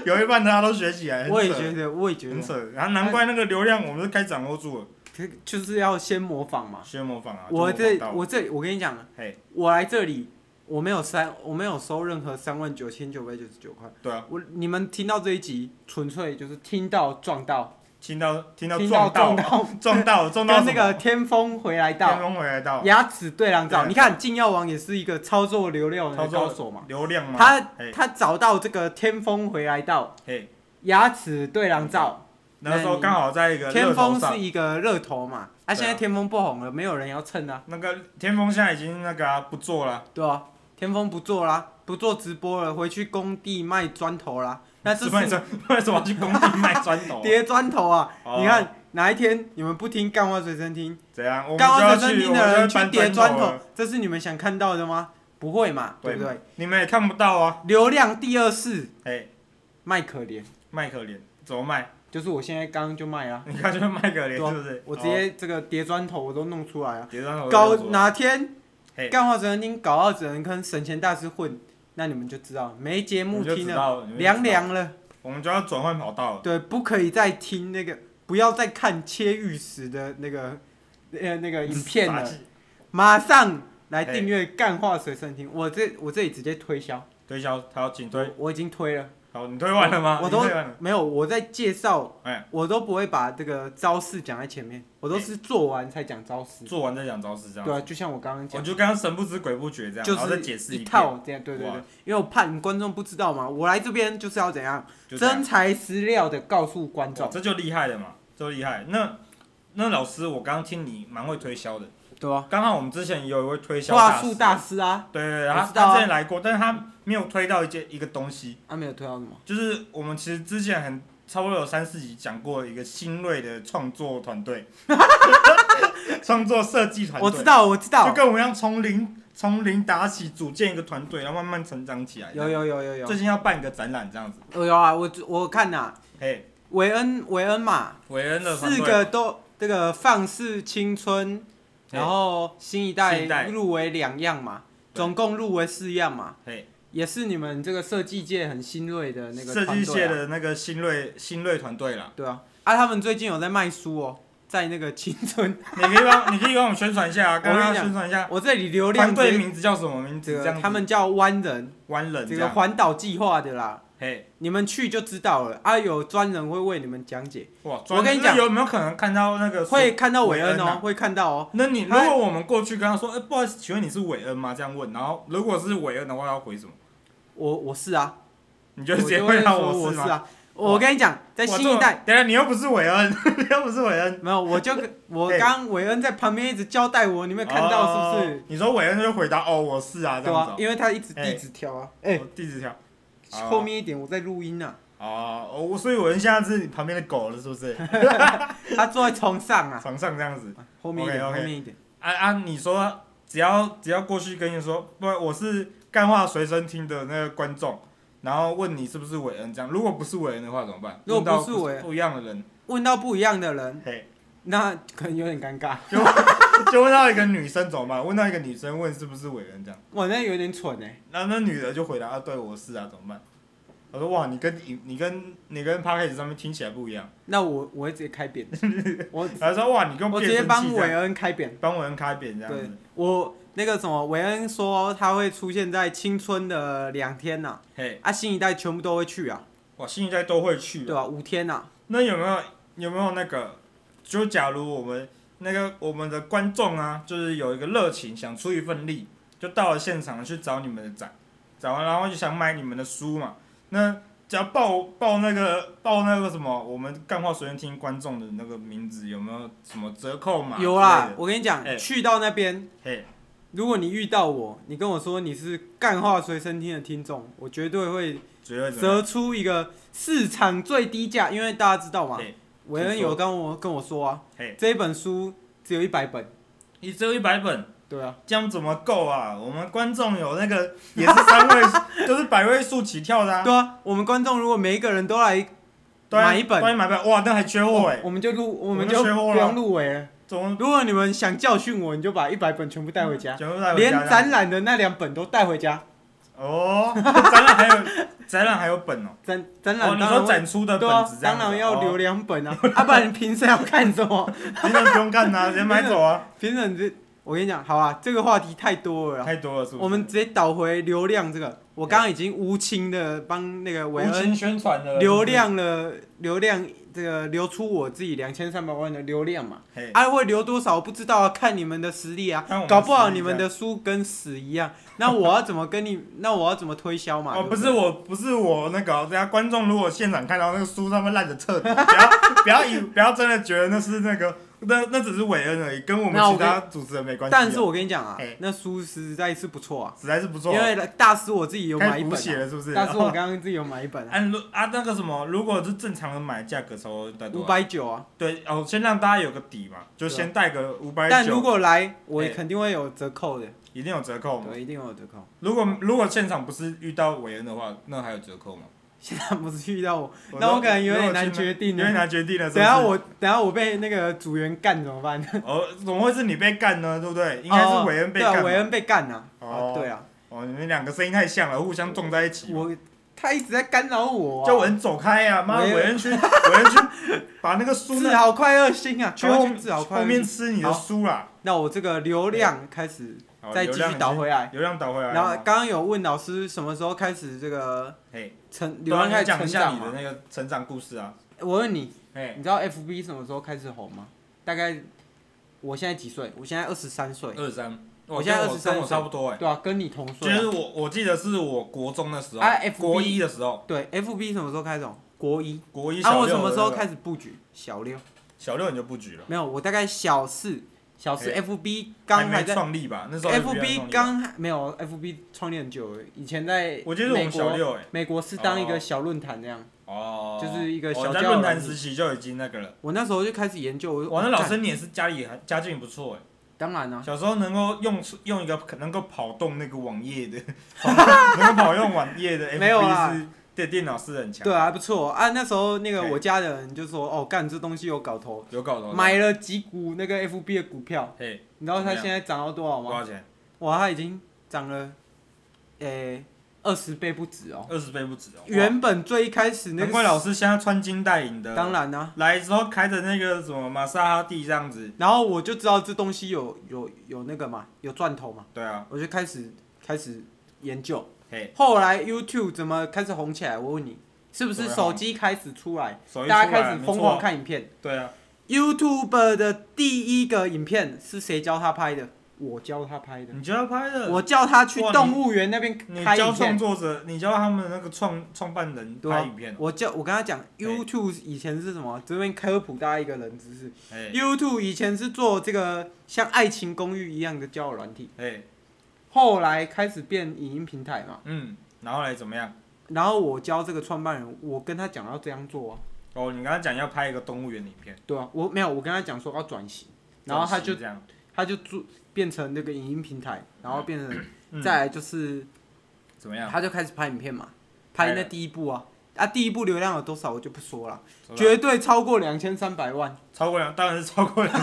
Speaker 1: 有一半大家都学起哎来，很扯
Speaker 3: 我也觉得，我也觉
Speaker 1: 很
Speaker 3: 得，
Speaker 1: 扯。然后难怪那个流量我们是该掌握住了，
Speaker 3: 可就是要先模仿嘛。
Speaker 1: 学模仿啊。
Speaker 3: 我
Speaker 1: 这
Speaker 3: 这我这我跟你讲，啊
Speaker 1: 嘿，
Speaker 3: 我来这里，我没有三，我没有收任何三万九千九百九十九块。
Speaker 1: 对啊，
Speaker 3: 我你们听到这一集，纯粹就是听到撞到，
Speaker 1: 听到听到
Speaker 3: 听
Speaker 1: 撞
Speaker 3: 撞
Speaker 1: 到
Speaker 3: 到，
Speaker 1: 撞到 撞到
Speaker 3: 跟那
Speaker 1: 什么
Speaker 3: 个天风回来
Speaker 1: 天
Speaker 3: 到，
Speaker 1: 空回来到
Speaker 3: 牙齿对狼照。
Speaker 1: 对
Speaker 3: 你看禁药王也是一个操作流量
Speaker 1: 操
Speaker 3: 的
Speaker 1: 作
Speaker 3: 高手嘛，
Speaker 1: 流量嘛，
Speaker 3: 他
Speaker 1: 嘿
Speaker 3: 他找到这个天风回来到，
Speaker 1: 嘿，
Speaker 3: 牙齿对狼照，
Speaker 1: 那时候刚好嗯在一个热
Speaker 3: 天
Speaker 1: 头
Speaker 3: 风
Speaker 1: 上
Speaker 3: 是。一个热头嘛，
Speaker 1: 对
Speaker 3: 啊
Speaker 1: 啊
Speaker 3: 现在天风不红了，没有人要蹭啊，
Speaker 1: 那个天风现在已经那个、啊、不做了，
Speaker 3: 对啊，天风不做啦，不做直播了，回去工地卖砖头啦。那这
Speaker 1: 是卖
Speaker 3: 是
Speaker 1: 砖，为什么要去工地卖砖头？
Speaker 3: 叠砖头啊！
Speaker 1: 哦
Speaker 3: 你看哪一天你们不听干话随身听，
Speaker 1: 怎样？哦我们就
Speaker 3: 干
Speaker 1: 要
Speaker 3: 话随身
Speaker 1: 去，
Speaker 3: 听
Speaker 1: 我
Speaker 3: 的人
Speaker 1: 们就
Speaker 3: 去
Speaker 1: 要
Speaker 3: 叠
Speaker 1: 搬啊
Speaker 3: 砖头
Speaker 1: 了，，
Speaker 3: 这是你们想看到的吗？不会嘛，对不对？
Speaker 1: 你们也看不到啊。
Speaker 3: 流量第二是
Speaker 1: 哎，
Speaker 3: 卖可怜，
Speaker 1: 卖可怜，怎么卖？
Speaker 3: 就是我现在刚刚就卖啊，
Speaker 1: 你看就是卖可怜，
Speaker 3: 对啊
Speaker 1: 是不是？
Speaker 3: 我直接这个叠砖头我都弄出来啊
Speaker 1: 哦。叠砖头。
Speaker 3: 搞？哪天
Speaker 1: 嘿
Speaker 3: 干话随身听搞到只能跟省钱大师混，那你们就知道没节
Speaker 1: 我
Speaker 3: 目
Speaker 1: 们就
Speaker 3: 听
Speaker 1: 知
Speaker 3: 了
Speaker 1: 道，你们就知道哦
Speaker 3: 凉。凉了。
Speaker 1: 我们就要转换跑道了。
Speaker 3: 对，不可以再听那个，不要再看切玉石的那个，呃，那个影片
Speaker 1: 杂
Speaker 3: 了，
Speaker 1: 技
Speaker 3: 马上来订阅《干话随身听》。
Speaker 1: 哎
Speaker 3: 我这我这里直接推销，
Speaker 1: 推销，他要请推。
Speaker 3: 我已经推了，
Speaker 1: 好，你推完了吗？
Speaker 3: 我
Speaker 1: 你
Speaker 3: 都
Speaker 1: 啊推完了。
Speaker 3: 没有，我在介绍
Speaker 1: 哎，
Speaker 3: 我都不会把这个招式讲在前面，我都是做完才讲招式。
Speaker 1: 做完再讲招式这样。
Speaker 3: 对啊，就像我刚刚
Speaker 1: 我
Speaker 3: 讲，
Speaker 1: 就刚刚神不知鬼不觉这样，
Speaker 3: 就
Speaker 1: 然后再解
Speaker 3: 是
Speaker 1: 释
Speaker 3: 一
Speaker 1: 遍，
Speaker 3: 套这样，对对对
Speaker 1: 哇，
Speaker 3: 因为我怕你们观众不知道嘛，我来这边就是要怎样
Speaker 1: 就这样
Speaker 3: 真材实料的告诉观众
Speaker 1: 哦，这就厉害了嘛，这就厉害。那那老师，我刚刚听你蛮会推销的，
Speaker 3: 对吧？
Speaker 1: 刚好我们之前有一位推销
Speaker 3: 话
Speaker 1: 大
Speaker 3: 术
Speaker 1: 师，
Speaker 3: 大师啊，
Speaker 1: 对对对，
Speaker 3: 我
Speaker 1: 他
Speaker 3: 知道啊
Speaker 1: 他之前来过，但是他没有推到一件一个东西，
Speaker 3: 啊没有推到什么。
Speaker 1: 就是我们其实之前很差不多有三四集讲过一个新锐的创作团 队，创作设计团队，
Speaker 3: 我知，道，我知
Speaker 1: 就
Speaker 3: 道，
Speaker 1: 跟我们一样从零从零打起，组建一个团队，然后慢慢成长起来。
Speaker 3: 有有有有有
Speaker 1: 最近要办一个展览这样子，
Speaker 3: 有有啊！我我看呐、
Speaker 1: 嘿，
Speaker 3: 韦恩韦恩嘛，
Speaker 1: 韦恩的团队
Speaker 3: 四个都这个放肆青春，
Speaker 1: 嘿
Speaker 3: 然后新一
Speaker 1: 新一代
Speaker 3: 代入围两样嘛，
Speaker 1: 对
Speaker 3: 总共入围四样嘛，
Speaker 1: 嘿，
Speaker 3: 也是你们这个设计界很新锐的那个
Speaker 1: 设计
Speaker 3: 团队
Speaker 1: 界
Speaker 3: 啊、
Speaker 1: 的那个新锐新锐团队啦。
Speaker 3: 对啊，啊，他们最近有在卖书哦，在那个青春，
Speaker 1: 你可以帮，你可以帮我们宣传一下啊，
Speaker 3: 跟
Speaker 1: 跟
Speaker 3: 你
Speaker 1: 大
Speaker 3: 讲
Speaker 1: 家宣传一下。
Speaker 3: 我这里流
Speaker 1: 团
Speaker 3: 量
Speaker 1: 队
Speaker 3: 直接
Speaker 1: 名字叫什么名字？
Speaker 3: 这
Speaker 1: 这
Speaker 3: 个
Speaker 1: 样
Speaker 3: 他们叫湾人，
Speaker 1: 玩人
Speaker 3: 这
Speaker 1: 这
Speaker 3: 个
Speaker 1: 样。
Speaker 3: 环岛计划的啦，
Speaker 1: 嘿，
Speaker 3: 你们去就知道了啊，有专人会为你们讲解，
Speaker 1: 哇！
Speaker 3: 我跟你讲
Speaker 1: 那有没有可能看到那个？
Speaker 3: 会。看到韦恩
Speaker 1: 韦恩啊
Speaker 3: 哦，会看到哦。
Speaker 1: 那你如
Speaker 3: 他
Speaker 1: 果我们过去跟他说，哎，不好意思，请问你是韦恩吗？这样问，然后如果是韦恩的话，要回什么？
Speaker 3: 我我是啊，
Speaker 1: 你就
Speaker 3: 我
Speaker 1: 直接
Speaker 3: 就
Speaker 1: 回
Speaker 3: 会
Speaker 1: 答
Speaker 3: 说我
Speaker 1: 是
Speaker 3: 是
Speaker 1: 吗？
Speaker 3: 啊。我跟你讲，在
Speaker 1: 哇
Speaker 3: 新一，代
Speaker 1: 这么等一下你又不是韦恩， 你又不是韦恩，
Speaker 3: 没有，我 就跟我
Speaker 1: 嘿
Speaker 3: 刚韦恩在旁边一直交代我，你没有看到是不
Speaker 1: 哦
Speaker 3: 是？？
Speaker 1: 你说韦恩就回答哦，我是啊，这
Speaker 3: 对
Speaker 1: 样
Speaker 3: 啊，
Speaker 1: 子哦。
Speaker 3: 因为他一直
Speaker 1: 嘿
Speaker 3: 地址跳啊，
Speaker 1: 哎
Speaker 3: 哎，，
Speaker 1: 第几条？哦
Speaker 3: 后面一点我在录音啊，
Speaker 1: 哦，哦我所以韦恩现在是你旁边的狗了，是不是？
Speaker 3: 他坐在床上 啊，
Speaker 1: 床上这样子。
Speaker 3: 后面一点，后
Speaker 1: OK，OK
Speaker 3: 面一点，
Speaker 1: 啊啊！你说只要只要过去跟你说，不，我是干话随身听的那个观众，然后问你是不是韦恩这样，如果不是韦恩的话怎么办？
Speaker 3: 如果
Speaker 1: 问
Speaker 3: 不是
Speaker 1: 到
Speaker 3: 韦恩
Speaker 1: 不一样的人，
Speaker 3: 问到不一样的人，
Speaker 1: 嘿，
Speaker 3: 那可能有点尴尬，
Speaker 1: 就问到一个女生怎么办？问到一个女生问是不是韦恩这样，
Speaker 3: 我那有点蠢哎，
Speaker 1: 那那女的就回答啊，对我是啊，怎么办？我说哇，你跟你你跟你跟 p a c k a g e 上面听起来不一样。
Speaker 3: 那我我会直接开扁，我
Speaker 1: 他说哇，你跟
Speaker 3: 我直
Speaker 1: 变
Speaker 3: 接
Speaker 1: 声器
Speaker 3: 帮
Speaker 1: 这
Speaker 3: 韦
Speaker 1: 样，
Speaker 3: 恩开扁，
Speaker 1: 帮韦恩开扁这样
Speaker 3: 对
Speaker 1: 子。
Speaker 3: 我那个什么韦恩说他会出现在青春的两天呐、
Speaker 1: 嘿，
Speaker 3: 啊，新一代全部都会去啊，
Speaker 1: 哇，新一代都会去
Speaker 3: 对。吧、五天呐、
Speaker 1: 那有没有有没有那个？就假如我们那个我们的观众啊，就是有一个热情，想出一份力，就到了现场去找你们的展，找完然后就想买你们的书嘛。那只要报报那个报那个什么，我们干话随便听观众的那个名字有没有什么折扣码？
Speaker 3: 有啊啦，，我跟你讲，
Speaker 1: 哎
Speaker 3: 去到那边，
Speaker 1: 嘿，
Speaker 3: 如果你遇到我，你跟我说你是干话随身听的听众，我绝对会
Speaker 1: 绝对折。
Speaker 3: 折出一个市场最低价，因为大家知道嘛
Speaker 1: 对，
Speaker 3: 韦恩有跟我跟我说啊，
Speaker 1: 嘿，
Speaker 3: 这一本书只有一百本，
Speaker 1: 你只有一百本，
Speaker 3: 对啊，
Speaker 1: 这样怎么够啊？我们观众有那个也是三位， 就是百位数起跳的、啊。
Speaker 3: 对啊，我们观众如果每一个人都来
Speaker 1: 对啊
Speaker 3: 买一本
Speaker 1: 对啊买一本，哇，那还缺货哎、
Speaker 3: 我们就入，我
Speaker 1: 们
Speaker 3: 们
Speaker 1: 就啊
Speaker 3: 就
Speaker 1: 缺货
Speaker 3: 不
Speaker 1: 了
Speaker 3: 用入围了。
Speaker 1: 怎么
Speaker 3: 如果你们想教训我，你就把一百本全部带回家，
Speaker 1: 全部嗯带回
Speaker 3: 连
Speaker 1: 家这样
Speaker 3: 展览的那两本都带回家。
Speaker 1: 哦，展览还有 展览还有本哦。
Speaker 3: 展展
Speaker 1: 哦，
Speaker 3: 览
Speaker 1: 你
Speaker 3: 当然
Speaker 1: 说
Speaker 3: 会
Speaker 1: 展出的
Speaker 3: 对啊
Speaker 1: 本子，这样
Speaker 3: 当
Speaker 1: 子
Speaker 3: 然要留
Speaker 1: 哦，
Speaker 3: 两本啊，啊，不然你评审要看什么？
Speaker 1: 平常不用看呐，直接买走 啊，
Speaker 3: 评审这，我跟你讲，好啊，这个话题太多了啊，
Speaker 1: 太多了是不是？
Speaker 3: 我们直接倒回流量这个。我刚刚已经无情的帮那个韦
Speaker 1: 无情
Speaker 3: 恩
Speaker 1: 宣传的
Speaker 3: 流，量了，流量这个流出我自己两千三百万的流量嘛。
Speaker 1: 嘿，
Speaker 3: 啊，会留多少不知道啊，看你们的实力啊
Speaker 1: 看我，们
Speaker 3: 搞不好
Speaker 1: 实力
Speaker 3: 你们
Speaker 1: 这
Speaker 3: 的书跟屎一样， 那我要怎么跟你，那我要怎么推销嘛？
Speaker 1: 哦，
Speaker 3: 对
Speaker 1: 不是
Speaker 3: 对
Speaker 1: 我，不是我那个哦，等下观众如果现场看到那个书上面烂的彻底， 不要不要以不要真的觉得那是那个，那那只是韦恩而已，跟我们
Speaker 3: 那我
Speaker 1: 其他主持人没关系啊。
Speaker 3: 但是我跟你讲啊
Speaker 1: 嘿，
Speaker 3: 那书实在是不错啊，
Speaker 1: 实在是不
Speaker 3: 因
Speaker 1: 错，
Speaker 3: 为大师我自己有
Speaker 1: 开
Speaker 3: 买
Speaker 1: 始
Speaker 3: 一
Speaker 1: 补
Speaker 3: 本
Speaker 1: 血
Speaker 3: 啊，
Speaker 1: 了是不是？
Speaker 3: 大师我刚刚自己有买 一本啊，
Speaker 1: 按啊那个什么，如果是正常的买价格，稍微再多
Speaker 3: 五
Speaker 1: 啊
Speaker 3: 百九啊，
Speaker 1: 对哦，先让大家有个底嘛，就先带个五百
Speaker 3: 但如
Speaker 1: 九，
Speaker 3: 果来，我
Speaker 1: 哎
Speaker 3: 肯定会有折扣的，
Speaker 1: 一定有折扣嘛。
Speaker 3: 对，一定会有折扣。
Speaker 1: 如果如果现场不是遇到韦恩的话，那还有折扣吗？
Speaker 3: 现在不是遇到我，那我
Speaker 1: 说
Speaker 3: 感觉有点
Speaker 1: 如果
Speaker 3: 难
Speaker 1: 现在
Speaker 3: 决定
Speaker 1: 有点难决定了。是不
Speaker 3: 等
Speaker 1: 是
Speaker 3: 下我等下我被那个组员干怎么办？
Speaker 1: 哦，怎么会是你被干呢？对不对？应该
Speaker 3: 哦
Speaker 1: 是韦恩被
Speaker 3: 对啊
Speaker 1: 干嘛。
Speaker 3: 韦恩被干啊，
Speaker 1: 哦
Speaker 3: 啊对啊，
Speaker 1: 哦，你们两个声音太像了，互相撞在一起。
Speaker 3: 我他一直在干扰我啊，
Speaker 1: 叫韦恩走开呀！妈，
Speaker 3: 韦恩
Speaker 1: 韦恩去， 韦恩去把那个书
Speaker 3: 治
Speaker 1: 那
Speaker 3: 好快恶心啊！
Speaker 1: 去
Speaker 3: 去
Speaker 1: 后
Speaker 3: 后
Speaker 1: 面
Speaker 3: 治好快
Speaker 1: 后
Speaker 3: 恶
Speaker 1: 面
Speaker 3: 心。
Speaker 1: 吃你的
Speaker 3: 好
Speaker 1: 书啦。
Speaker 3: 那我这个流量开始
Speaker 1: 好
Speaker 3: 再继续倒，回来。
Speaker 1: 哦流量已经流量啊倒回来了
Speaker 3: 然后
Speaker 1: 吗。
Speaker 3: 刚刚有问老师什么时候开始这个
Speaker 1: 嘿，
Speaker 3: 成
Speaker 1: 对
Speaker 3: 流
Speaker 1: 啊
Speaker 3: 量
Speaker 1: 你
Speaker 3: 开始
Speaker 1: 讲一
Speaker 3: 成
Speaker 1: 下
Speaker 3: 长
Speaker 1: 你的
Speaker 3: 嘛？
Speaker 1: 那个成长故事啊。
Speaker 3: 我问你，
Speaker 1: 嘿，
Speaker 3: 你知道 FB 什么时候开始红吗？大概我现在几岁？我现在二十三岁，
Speaker 1: 二三，
Speaker 3: 我现在
Speaker 1: 跟
Speaker 3: 23
Speaker 1: 跟我差不多哎。
Speaker 3: 对啊，跟你同
Speaker 1: 就
Speaker 3: 岁
Speaker 1: 是
Speaker 3: 啊。
Speaker 1: 我我记得是我国中的时候，
Speaker 3: 啊，FB
Speaker 1: 国一的时候，
Speaker 3: 对，FB 什么时候开始红？国一。
Speaker 1: 国一小
Speaker 3: 啊，
Speaker 1: 六、
Speaker 3: 我什么时候开？始布局？小六
Speaker 1: 小六你就不举了，
Speaker 3: 没有，我大概小四，小四
Speaker 1: 哎
Speaker 3: FB 刚
Speaker 1: 还
Speaker 3: 还
Speaker 1: 没
Speaker 3: 在
Speaker 1: 创立吧？那时候
Speaker 3: FB
Speaker 1: 创立吧，
Speaker 3: 刚还没有 FB 创立很久了，以前在
Speaker 1: 我记得是我
Speaker 3: 美
Speaker 1: 们
Speaker 3: 国
Speaker 1: 小六哎、
Speaker 3: 美国是当一个小论坛那样，
Speaker 1: 哦，
Speaker 3: 就是一个
Speaker 1: 我
Speaker 3: 小
Speaker 1: 在
Speaker 3: 交友
Speaker 1: 论
Speaker 3: 软
Speaker 1: 坛
Speaker 3: 体
Speaker 1: 时期就已经那个了。
Speaker 3: 我那时候就开始研究。我
Speaker 1: 哇，那老，师
Speaker 3: 干
Speaker 1: 你也是家里很家境不错哎、
Speaker 3: 当然啊，
Speaker 1: 小时候能够用用一个能够跑动那个网页 的，能够跑用网页的
Speaker 3: 没有
Speaker 1: FB
Speaker 3: 啦
Speaker 1: 是对电脑是很强，
Speaker 3: 对，啊，还不错啊。那时候那个
Speaker 1: 哎
Speaker 3: 我家的人就说：“哦，干这东西有搞头，
Speaker 1: 有搞头。
Speaker 3: 买了几股那个 FB 的股票，
Speaker 1: 嘿，
Speaker 3: 你知道
Speaker 1: 怎
Speaker 3: 它
Speaker 1: 么样
Speaker 3: 现在涨到多少
Speaker 1: 多
Speaker 3: 吗
Speaker 1: 少？钱？
Speaker 3: 哇，它已经涨了，诶，二十倍不止哦。
Speaker 1: 二十倍不止哦。哇
Speaker 3: 原本最一开始那
Speaker 1: 难怪老
Speaker 3: 个，
Speaker 1: 师现在穿金戴银的，
Speaker 3: 当然啦，
Speaker 1: 来之后开着那个什么玛莎拉蒂这样子，
Speaker 3: 然后我就知道这东西有有有那个嘛，有赚头嘛，
Speaker 1: 对啊，
Speaker 3: 我就开始开始研究。
Speaker 1: 嘿，
Speaker 3: 后来 YouTube 怎么开始红起来？我问你，是不
Speaker 1: 怎
Speaker 3: 是
Speaker 1: 么样
Speaker 3: 手机开始出来，
Speaker 1: 啊手一
Speaker 3: 大家
Speaker 1: 出来
Speaker 3: 开始疯狂，看影片
Speaker 1: 没错对啊，
Speaker 3: ？YouTube 的第一个影片是谁教他拍的？我教他拍的，
Speaker 1: 你就要拍的，
Speaker 3: 我教他去
Speaker 1: 哇你
Speaker 3: 动物园那边
Speaker 1: 嗯你
Speaker 3: 拍
Speaker 1: 教
Speaker 3: 影
Speaker 1: 创
Speaker 3: 片。
Speaker 1: 作者，你教他们那个创创办人
Speaker 3: 对啊
Speaker 1: 拍影片，
Speaker 3: 我教我跟他讲，YouTube 以前是什么？这边科普大家一个人知识。
Speaker 1: 哎
Speaker 3: YouTube 以前是做这个像《爱情公寓》一样的交友软体，
Speaker 1: 哎，
Speaker 3: 后来开始变影音平台嘛。
Speaker 1: 嗯，然后来怎么样？
Speaker 3: 然后我教这个创办人，我跟他讲要这样做啊，
Speaker 1: 哦，你刚刚讲要拍一个动物园的影片，
Speaker 3: 对啊，我没有，我跟他讲说要转型，然后他
Speaker 1: 转型
Speaker 3: 就
Speaker 1: 这样，
Speaker 3: 他就做变成那个影音平台，然后变成
Speaker 1: 嗯
Speaker 3: 再来就是
Speaker 1: 怎么样？
Speaker 3: 他就开始拍影片嘛，
Speaker 1: 拍
Speaker 3: 拍那
Speaker 1: 了
Speaker 3: 第一部啊，啊第一部流量有多少我就不说了，
Speaker 1: 走吧
Speaker 3: 绝对超过两千三百万。
Speaker 1: 超过两，当然是超过 两，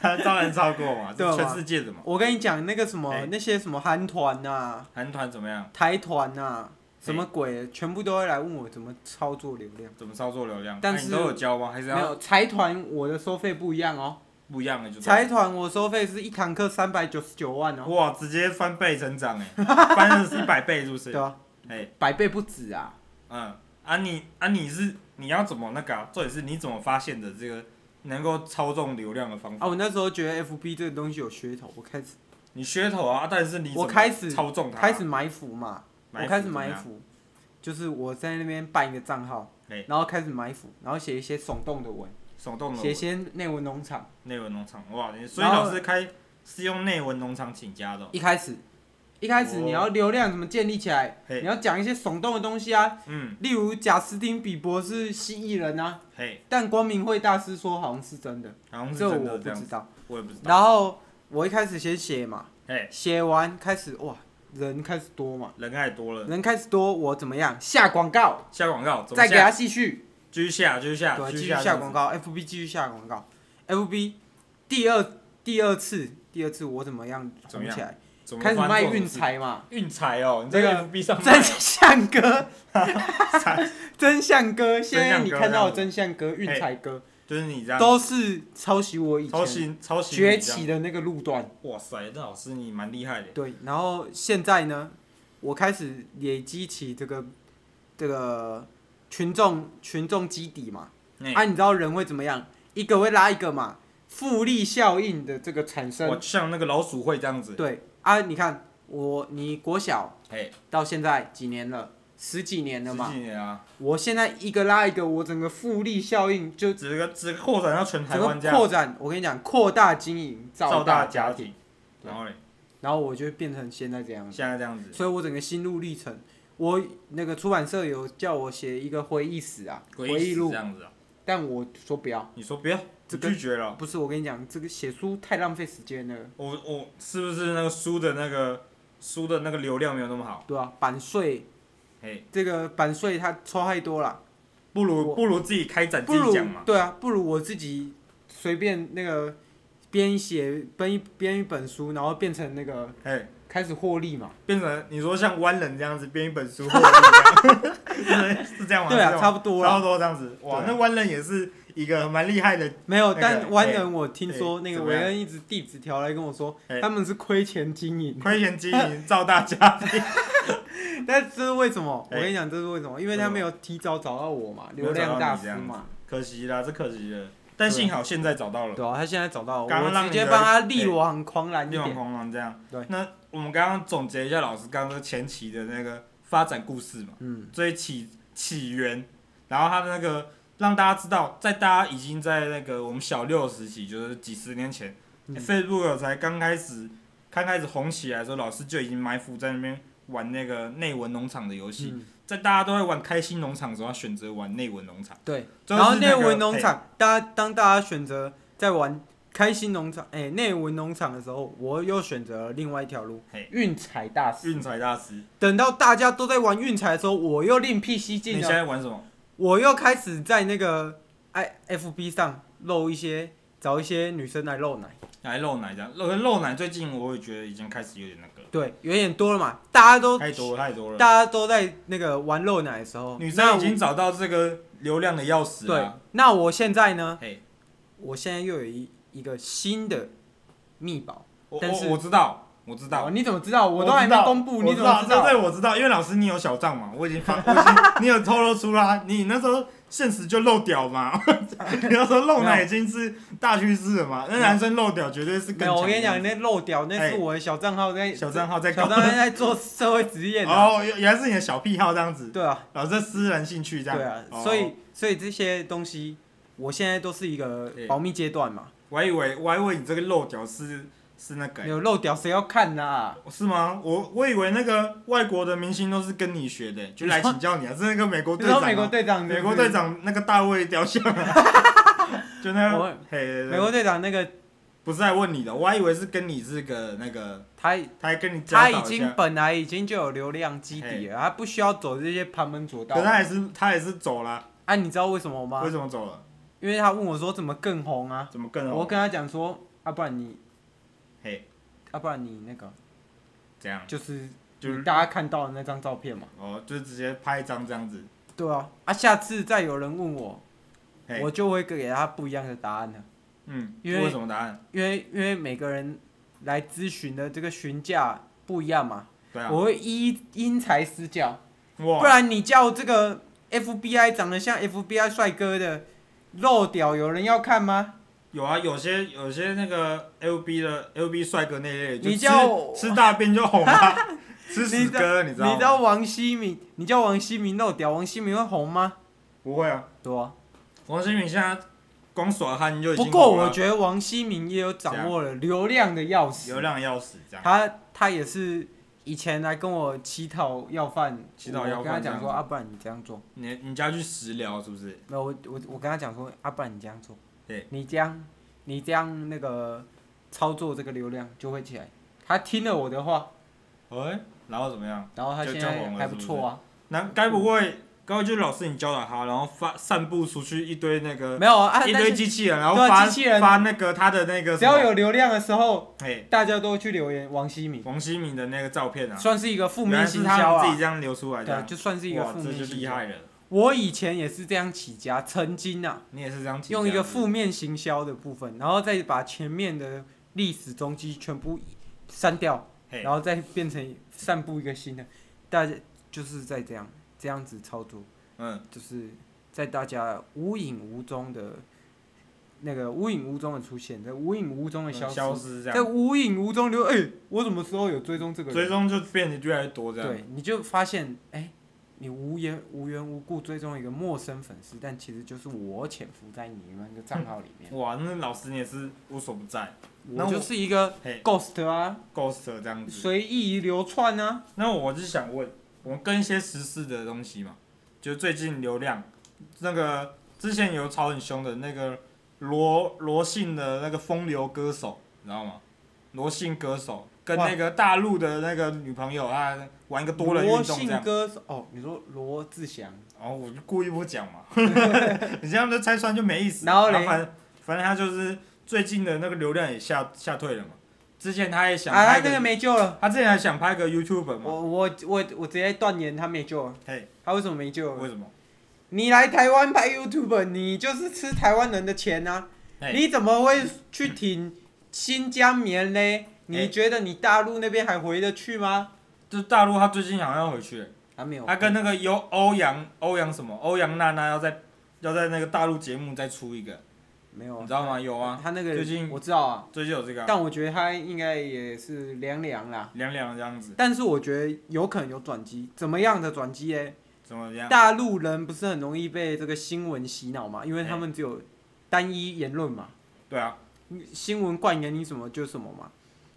Speaker 1: 当当然超过嘛，
Speaker 3: 对啊
Speaker 1: 这
Speaker 3: 嘛
Speaker 1: 全世界的嘛。
Speaker 3: 我跟你讲那个什么
Speaker 1: 哎
Speaker 3: 那些什么韩团呐、
Speaker 1: 韩团怎么样？
Speaker 3: 台团呐、啊
Speaker 1: 哎
Speaker 3: 什么鬼的，全部都会来问我怎么操作流量，
Speaker 1: 怎么操作流量？
Speaker 3: 但
Speaker 1: 哎
Speaker 3: 是
Speaker 1: 你都有教吗？还是
Speaker 3: 没
Speaker 1: 要
Speaker 3: 有财团我的收费不一样哦，
Speaker 1: 不一样的就
Speaker 3: 财团我收费是一堂课三百九十九万哦，
Speaker 1: 哇，直接翻倍成长哎、 翻了一百倍是不是？
Speaker 3: 对啊，
Speaker 1: 哎、
Speaker 3: 百倍不止啊。
Speaker 1: 嗯，啊你啊你是你要怎么那个、啊？重点是你怎么发现的这个能够操纵流量的方法？
Speaker 3: 啊，我那时候觉得 FB 这个东西有噱头，我开始
Speaker 1: 你噱头啊，啊但是你怎么
Speaker 3: 我开始
Speaker 1: 操纵它啊，
Speaker 3: 开始埋伏嘛，
Speaker 1: 埋
Speaker 3: 我
Speaker 1: 伏
Speaker 3: 开始
Speaker 1: 怎
Speaker 3: 埋
Speaker 1: 么样，
Speaker 3: 伏，就是我在那边办一个账号
Speaker 1: 哎，
Speaker 3: 然后开始埋伏，然后写一些耸动的文，
Speaker 1: 手动
Speaker 3: 写一
Speaker 1: 的
Speaker 3: 些内文农场。
Speaker 1: 内文农场哇，你所以
Speaker 3: 然后
Speaker 1: 老师开是用内文农场请假的哦、
Speaker 3: 一开始，一开始
Speaker 1: 哦哎
Speaker 3: 你要流量怎么建立起来？
Speaker 1: 嘿
Speaker 3: 你要讲一些耸动的东西啊，
Speaker 1: 嗯，
Speaker 3: 例如贾斯汀比伯是蜥蜴人啊，
Speaker 1: 嘿，
Speaker 3: 但光明会大师说好像是真的，
Speaker 1: 好像是
Speaker 3: 这
Speaker 1: 真
Speaker 3: 我
Speaker 1: 的
Speaker 3: 不
Speaker 1: 这样
Speaker 3: 知，道。
Speaker 1: 我也不知道。
Speaker 3: 然后我一开始先写嘛，
Speaker 1: 嘿，
Speaker 3: 写完开始哇，人开始多嘛，
Speaker 1: 人太多了，
Speaker 3: 人开始多，我怎么样下广告，
Speaker 1: 下广告怎么
Speaker 3: 再给
Speaker 1: 下？
Speaker 3: 他继续，
Speaker 1: 继续下，继续下，
Speaker 3: 对，继续
Speaker 1: 下
Speaker 3: 下广告，FB 继续下广告，FB 第二第二次第二次我怎么样
Speaker 1: 怎么
Speaker 3: 红
Speaker 1: 样
Speaker 3: 起来，
Speaker 1: 怎么
Speaker 3: 开始
Speaker 1: 翻
Speaker 3: 卖
Speaker 1: 做
Speaker 3: 运
Speaker 1: 什么事，
Speaker 3: 财嘛。
Speaker 1: 运财哦，你
Speaker 3: 这
Speaker 1: 这
Speaker 3: 个
Speaker 1: 个 FB 上卖哦
Speaker 3: 真 相哥，真相哥，现在你看到的真相哥、
Speaker 1: 相哥
Speaker 3: 运财哥，
Speaker 1: 就是你这样
Speaker 3: 都是抄袭我以
Speaker 1: 哎抄
Speaker 3: 前
Speaker 1: 袭抄袭你
Speaker 3: 崛
Speaker 1: 这样
Speaker 3: 起的那个路段。
Speaker 1: 哇塞，那老师你蛮厉害的。
Speaker 3: 对，然后现在呢，我开始累积起这个这个群众群众基底嘛。
Speaker 1: 哎、
Speaker 3: 啊，你知道人会怎么样？一个会拉一个嘛，复利效应的这个产
Speaker 1: 我
Speaker 3: 生。
Speaker 1: 像那个老鼠会这样子。
Speaker 3: 对啊，你看我你国小
Speaker 1: 哎，
Speaker 3: 到现在几年了？十几年了
Speaker 1: 十
Speaker 3: 嘛
Speaker 1: 几。年啊，
Speaker 3: 我现在一个拉一个，我整个复利效应就
Speaker 1: 整个只扩展到全台
Speaker 3: 整
Speaker 1: 湾这
Speaker 3: 个
Speaker 1: 样，
Speaker 3: 扩展。我跟你讲，扩大经营，
Speaker 1: 造
Speaker 3: 大
Speaker 1: 大家
Speaker 3: 庭，
Speaker 1: 庭。然后嘞，
Speaker 3: 然后我就变成现在这样子。
Speaker 1: 现在这样子，
Speaker 3: 所以我整个心路历程，我那个出版社有叫我写一个回忆史啊，回
Speaker 1: 忆
Speaker 3: 忆
Speaker 1: 是
Speaker 3: 录
Speaker 1: 这，样子啊。
Speaker 3: 但我说不要，
Speaker 1: 你说不要，
Speaker 3: 这
Speaker 1: 你
Speaker 3: 个
Speaker 1: 拒绝了。
Speaker 3: 不是我跟你讲，这个写书太浪费时间了，
Speaker 1: 我我是不是那个书的那个书的那个流量没有那么好？
Speaker 3: 对吧、啊版税
Speaker 1: 嘿，
Speaker 3: 这个版税它抽太多了，
Speaker 1: 不
Speaker 3: 我
Speaker 1: 如不如自己开展自
Speaker 3: 不如
Speaker 1: 己讲嘛。
Speaker 3: 对啊，不如我自己随便那个编写编一编一本书，然后变成那个
Speaker 1: 嘿，
Speaker 3: 开始获利嘛。
Speaker 1: 变成你说像弯人这样子编一本书，或者是这样 是这样吗？是这
Speaker 3: 对啊，
Speaker 1: 样吗
Speaker 3: 差不多
Speaker 1: 差
Speaker 3: 啦
Speaker 1: 不。多这样子。哇，
Speaker 3: 对啊
Speaker 1: 那弯人也是一个蛮厉 害的
Speaker 3: 没有，
Speaker 1: 那个
Speaker 3: 但湾人我听说
Speaker 1: 哎
Speaker 3: 那个
Speaker 1: 怎么
Speaker 3: 韦
Speaker 1: 样
Speaker 3: 恩一直递纸条来跟我说，
Speaker 1: 哎
Speaker 3: 他们是亏钱经营，
Speaker 1: 亏钱经营，造大家庭。
Speaker 3: 但这是为什么？我
Speaker 1: 哎
Speaker 3: 跟你讲，这是为什么？因为他没有提早找到我嘛，流量大师
Speaker 1: 没有找到
Speaker 3: 嘛，
Speaker 1: 可惜啦，这可惜了。但幸好现在找到了，
Speaker 3: 对啊，他现在找到我，
Speaker 1: 刚刚
Speaker 3: 我
Speaker 1: 让
Speaker 3: 直
Speaker 1: 你
Speaker 3: 接
Speaker 1: 的哎
Speaker 3: 帮他力挽狂澜一
Speaker 1: 力挽
Speaker 3: 点。嗯
Speaker 1: 狂澜这样。
Speaker 3: 对
Speaker 1: 那我们刚刚总结一下老师刚刚前期的那个发展故事嘛，
Speaker 3: 嗯，
Speaker 1: 最起起源，然后他的那个让大家知道，在大家已经在那个我们小六时期，就是几十年前、
Speaker 3: 嗯
Speaker 1: f a c e b o o k 才刚开始刚开始红起来的时候，老师就已经埋伏在那边玩那个内文农场的游戏，
Speaker 3: 嗯
Speaker 1: 在大家都在玩开心农场的时候，他选择玩内文农场。
Speaker 3: 对。
Speaker 1: 就是
Speaker 3: 然后
Speaker 1: 那
Speaker 3: 内
Speaker 1: 个
Speaker 3: 文农场，大家当大家选择在玩开心农场，哎，内文农场的时候，我又选择了另外一条路
Speaker 1: 嘿，
Speaker 3: 运彩大师。
Speaker 1: 运财大师，
Speaker 3: 等到大家都在玩运彩的时候，我又另辟蹊
Speaker 1: 你
Speaker 3: 径
Speaker 1: 现
Speaker 3: 了，
Speaker 1: 在玩什么？
Speaker 3: 我又开始在那个 I F B 上露一些，找一些女生来露奶。
Speaker 1: 来漏奶这样，漏漏奶最近我也觉得已经开始有点那个了，
Speaker 3: 对，有点多了嘛，大家都
Speaker 1: 太多了太多了。
Speaker 3: 大家都在那个玩露奶的时候，
Speaker 1: 女
Speaker 3: 那
Speaker 1: 生已经找到这个流量的钥匙
Speaker 3: 我对
Speaker 1: 了。。
Speaker 3: 那我现在呢？
Speaker 1: 嘿，
Speaker 3: 我现在又有一一个新的密宝，
Speaker 1: 我
Speaker 3: 但是
Speaker 1: 我我知道，我知道
Speaker 3: 哦，你怎么知道？我
Speaker 1: 我
Speaker 3: 都还
Speaker 1: 知
Speaker 3: 没
Speaker 1: 道
Speaker 3: 公布，
Speaker 1: 我
Speaker 3: 你怎么知
Speaker 1: 对
Speaker 3: 道？
Speaker 1: 对，我知道，因为老师你有小账嘛，我已经发，我已经你有透露出啦，你那时候现实就漏屌嘛， 你那时候漏奶已经是大趋势了嘛，那男生漏屌绝对是
Speaker 3: 没
Speaker 1: 更
Speaker 3: 有，
Speaker 1: 强。
Speaker 3: 我跟你讲，那漏屌那是
Speaker 1: 哎
Speaker 3: 我的小账号在
Speaker 1: 小账号在
Speaker 3: 小
Speaker 1: 搞
Speaker 3: 账号在做社会职业呢。
Speaker 1: 哦，原来是你的小癖好这样子，
Speaker 3: 对啊，
Speaker 1: 老师的私人兴趣这样。
Speaker 3: 对啊，
Speaker 1: 哦
Speaker 3: 所以所以这些东西，我现在都是一个
Speaker 1: 对
Speaker 3: 保密阶段嘛，
Speaker 1: 我还以为我还以为你这个漏屌是是那个欸、
Speaker 3: 有漏屌谁要看呐、啊
Speaker 1: 是吗？我我以为那个外国的明星都是跟你学的、欸就来请教你啊，是那个美国
Speaker 3: 你
Speaker 1: 队长、
Speaker 3: 说
Speaker 1: 啊，
Speaker 3: 美国队长是不是，
Speaker 1: 美国队长那个大卫雕像、啊， 就那
Speaker 3: 我
Speaker 1: 个嘿对对
Speaker 3: 美国队长那个
Speaker 1: 不是来问你的，我还以为是跟你这个那个，
Speaker 3: 他
Speaker 1: 他还跟你教
Speaker 3: 他
Speaker 1: 导一
Speaker 3: 已
Speaker 1: 下，
Speaker 3: 经本来已经就有流量基底了，他不需要走这些旁门左道
Speaker 1: 可。是他还是他还是走了，
Speaker 3: 啊，你知道为什么吗
Speaker 1: 为？什么走了？
Speaker 3: 因为他问我说怎么更红啊，
Speaker 1: 怎么更
Speaker 3: 我
Speaker 1: 红？
Speaker 3: 跟他讲说，啊不然你，
Speaker 1: 嘿，
Speaker 3: 啊不然你那个
Speaker 1: 这样
Speaker 3: 就是
Speaker 1: 就
Speaker 3: 你
Speaker 1: 是
Speaker 3: 大家看到的那张照片嘛。
Speaker 1: 哦，就直接拍一张这样子，
Speaker 3: 对啊，啊下次再有人问我，
Speaker 1: 嘿
Speaker 3: 我就会给他不一样的答案了。
Speaker 1: 嗯，
Speaker 3: 因为
Speaker 1: 为什么答案？
Speaker 3: 因为因为每个人来咨询的这个询价不一样嘛，
Speaker 1: 对啊，
Speaker 3: 我会依因材施教，不
Speaker 1: 哇，
Speaker 3: 然你叫这个 FBI 长得像 FBI 帅哥的露屌，有人要看吗？
Speaker 1: 有啊，有些有些那个 L B 的 L B 帅哥那一类，就
Speaker 3: 你
Speaker 1: 吃
Speaker 3: 叫我
Speaker 1: 吃大便就红 了，吃
Speaker 3: 你
Speaker 1: 屎
Speaker 3: 知道
Speaker 1: 哥，你
Speaker 3: 你
Speaker 1: 知道吗？
Speaker 3: 知道王希明，你叫王希明露屌，王希明会红吗？
Speaker 1: 不会啊，
Speaker 3: 对啊，
Speaker 1: 王心凌现在光耍憨就已经
Speaker 3: 不过
Speaker 1: 红了啊
Speaker 3: 我觉得王希明也有掌握了流量的钥
Speaker 1: 流
Speaker 3: 匙，
Speaker 1: 量要死这样，
Speaker 3: 他他也是以前来跟我乞讨要饭，
Speaker 1: 乞讨要饭
Speaker 3: 我跟他
Speaker 1: 这样
Speaker 3: 讲
Speaker 1: 子
Speaker 3: 说啊，不然你这样做。
Speaker 1: 你你家去食疗是不是？
Speaker 3: 没有，我我我跟他讲说，啊，不然你这样做，
Speaker 1: 对，
Speaker 3: 你这样你这样那个操作这个流量就会起来。他听了我的话，
Speaker 1: 哎、然后怎么样？
Speaker 3: 然后他
Speaker 1: 就
Speaker 3: 现
Speaker 1: 就
Speaker 3: 在
Speaker 1: 红了
Speaker 3: 还
Speaker 1: 是
Speaker 3: 不
Speaker 1: 不是
Speaker 3: 错啊，
Speaker 1: 那该不会该不会就是老师你教导他，然后发散布出去一堆那个、
Speaker 3: 没有啊，
Speaker 1: 一
Speaker 3: 但
Speaker 1: 堆
Speaker 3: 是
Speaker 1: 机器人，然后
Speaker 3: 对啊
Speaker 1: 发、
Speaker 3: 机器人
Speaker 1: 发那个他的那个
Speaker 3: 只
Speaker 1: 什么
Speaker 3: 要有流量的时候，
Speaker 1: 哎、
Speaker 3: 大家都去留言王希敏，
Speaker 1: 王希敏的那个照片啊，
Speaker 3: 算是一个负
Speaker 1: 原
Speaker 3: 面
Speaker 1: 来是
Speaker 3: 行
Speaker 1: 他们
Speaker 3: 销
Speaker 1: 自己
Speaker 3: 啊，
Speaker 1: 这样流出来的
Speaker 3: 对，
Speaker 1: 啊，
Speaker 3: 就算是一个
Speaker 1: 哇
Speaker 3: 负
Speaker 1: 这
Speaker 3: 面
Speaker 1: 就
Speaker 3: 行
Speaker 1: 厉
Speaker 3: 销。
Speaker 1: 害了，
Speaker 3: 我以前也是这样起家，曾经啊，
Speaker 1: 你也是这样起家的
Speaker 3: 用一个负面行销的部分，然后再把前面的历史踪迹全部删掉。
Speaker 1: 嘿
Speaker 3: 然后再变成散布一个新的，大家就是在这样这样子操作，
Speaker 1: 嗯，
Speaker 3: 就是在大家无影无踪的，那个无影无踪的出现，在无影无踪的消失，
Speaker 1: 嗯消失这
Speaker 3: 在
Speaker 1: 样，
Speaker 3: 无影无踪留，哎、我什么时候有追踪这个人？
Speaker 1: 追踪就变得越来越多这样，
Speaker 3: 对，你就发现，哎、你无缘无缘无故追踪一个陌生粉丝，但其实就是我潜伏在你们的账号里面，
Speaker 1: 哇，那老师你也是无所不在，那
Speaker 3: 我就
Speaker 1: 我
Speaker 3: 是一个
Speaker 1: 嘿
Speaker 3: ghost 啊，
Speaker 1: ，ghost 这样子。
Speaker 3: 随意流窜啊。
Speaker 1: 那我是想问，我们跟一些时事的东西嘛，就最近流量那个之前有吵很凶的那个罗罗姓的那个风流歌手，你知道吗？罗姓歌手跟
Speaker 3: 哇
Speaker 1: 那个大陆的那个女朋友啊玩一个多人
Speaker 3: 罗
Speaker 1: 运动这
Speaker 3: 姓
Speaker 1: 样，
Speaker 3: 歌手哦，你说罗志祥，
Speaker 1: 然后我就故意不讲 嘛，你这样就拆穿就没意思。
Speaker 3: 然后嘞
Speaker 1: 反反正他就是最近的那个流量也下下退了嘛，之前他也想
Speaker 3: 啊，他
Speaker 1: 拍
Speaker 3: 这个
Speaker 1: 个，
Speaker 3: 没哦救了。
Speaker 1: 他之前还想拍个 YouTube 嘛，
Speaker 3: 我我我我直接断言他没救了。
Speaker 1: 嘿，
Speaker 3: 他为什么没救了？
Speaker 1: 为什么？
Speaker 3: 你来台湾拍 YouTube，你就是吃台湾人的钱啊！
Speaker 1: 嘿
Speaker 3: 你怎么会去挺新疆棉嘞？
Speaker 1: 哎
Speaker 3: 你觉得你大陆那边还回得去吗？
Speaker 1: 就大陆他最近好像要回去了，
Speaker 3: 还没有。
Speaker 1: 他跟那个有欧阳欧阳什么欧阳娜娜要在要在那个大陆节目再出一个，
Speaker 3: 没有
Speaker 1: 你知道吗？有啊，
Speaker 3: 他那个
Speaker 1: 最近
Speaker 3: 我知道啊，
Speaker 1: 最近有这个啊
Speaker 3: 但我觉得他应该也是凉凉啦。
Speaker 1: 凉凉这样子，
Speaker 3: 但是我觉得有可能有转机，怎么样的转机嘞？
Speaker 1: 怎么样？
Speaker 3: 大陆人不是很容易被这个新闻洗脑嘛，因为
Speaker 1: 哎
Speaker 3: 他们只有单一言论嘛，嗯
Speaker 1: 对啊，
Speaker 3: 新闻灌给你什么就什么嘛。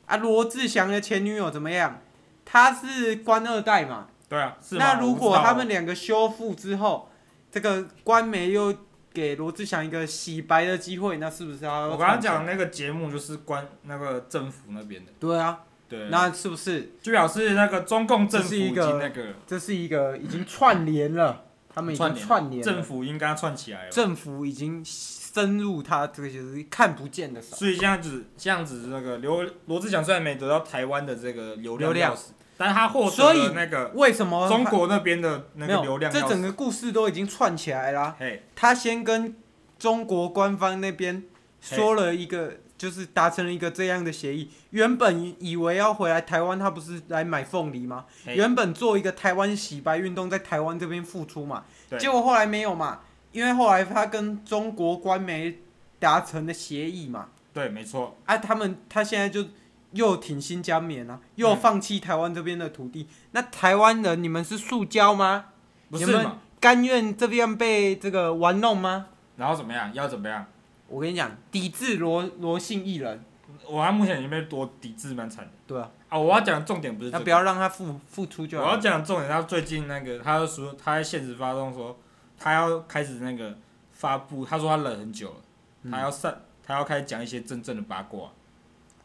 Speaker 3: 啊，罗志祥的前女友怎么样？她是官二代嘛，
Speaker 1: 对啊，是吗
Speaker 3: 那如果他们
Speaker 1: 我
Speaker 3: 两个修复之后，这个官媒又给罗志祥一个洗白的机会，那是不是他
Speaker 1: 不知道
Speaker 3: 要
Speaker 1: 我刚刚讲那个节目就是关那个政府那边的，
Speaker 3: 对啊，
Speaker 1: 对，
Speaker 3: 那是不是
Speaker 1: 就表示那个中共政府
Speaker 3: 这是
Speaker 1: 已
Speaker 3: 一个
Speaker 1: 经那个了
Speaker 3: 这是一个已经串联了？他们已经
Speaker 1: 串联
Speaker 3: 串联
Speaker 1: 政
Speaker 3: 了，
Speaker 1: 府应该串起来了，
Speaker 3: 政府已经深入他这个就是看不见的手。
Speaker 1: 所以这样子这样子那个刘罗志祥虽然没得到台湾的这个流
Speaker 3: 流量
Speaker 1: 钥匙，但是他获得
Speaker 3: 所以
Speaker 1: 了那个。
Speaker 3: 为什么
Speaker 1: 中国那边的那
Speaker 3: 哦没
Speaker 1: 个
Speaker 3: 有
Speaker 1: 流量
Speaker 3: 这
Speaker 1: 要
Speaker 3: 整个故事都已经串起来啦。
Speaker 1: 嘿，
Speaker 3: 他先跟中国官方那边说了一个，就是达成了一个这样的协议。原本以为要回来台湾，他不是来买凤梨吗？
Speaker 1: 嘿
Speaker 3: 原本做一个台湾洗白运动，在台湾这边付出嘛，
Speaker 1: 对
Speaker 3: 结果后来没有嘛，因为后来他跟中国官媒达成了协议嘛，
Speaker 1: 对，没错，
Speaker 3: 啊，他们他现在就又挺新疆棉啊，又放弃台湾这边的土地，那台湾人你们是塑胶吗？
Speaker 1: 不
Speaker 3: 你
Speaker 1: 是
Speaker 3: 们
Speaker 1: 嘛？
Speaker 3: 甘愿这边被这个玩弄吗？
Speaker 1: 然后怎么样？要怎么样？
Speaker 3: 我跟你讲，抵制罗罗姓艺人，
Speaker 1: 我他目前已经被多抵制蛮惨的
Speaker 3: 对啊，
Speaker 1: 啊！我要讲的重点不是这
Speaker 3: 那
Speaker 1: 个
Speaker 3: 不要让他付付出就
Speaker 1: 我
Speaker 3: 好
Speaker 1: 要
Speaker 3: 了。
Speaker 1: 讲的重点，他最近那个，他就说他在现实发动说，他要开始那个发布，他说他忍很久了，
Speaker 3: 嗯
Speaker 1: 他要散，他要开始讲一些真正的八卦。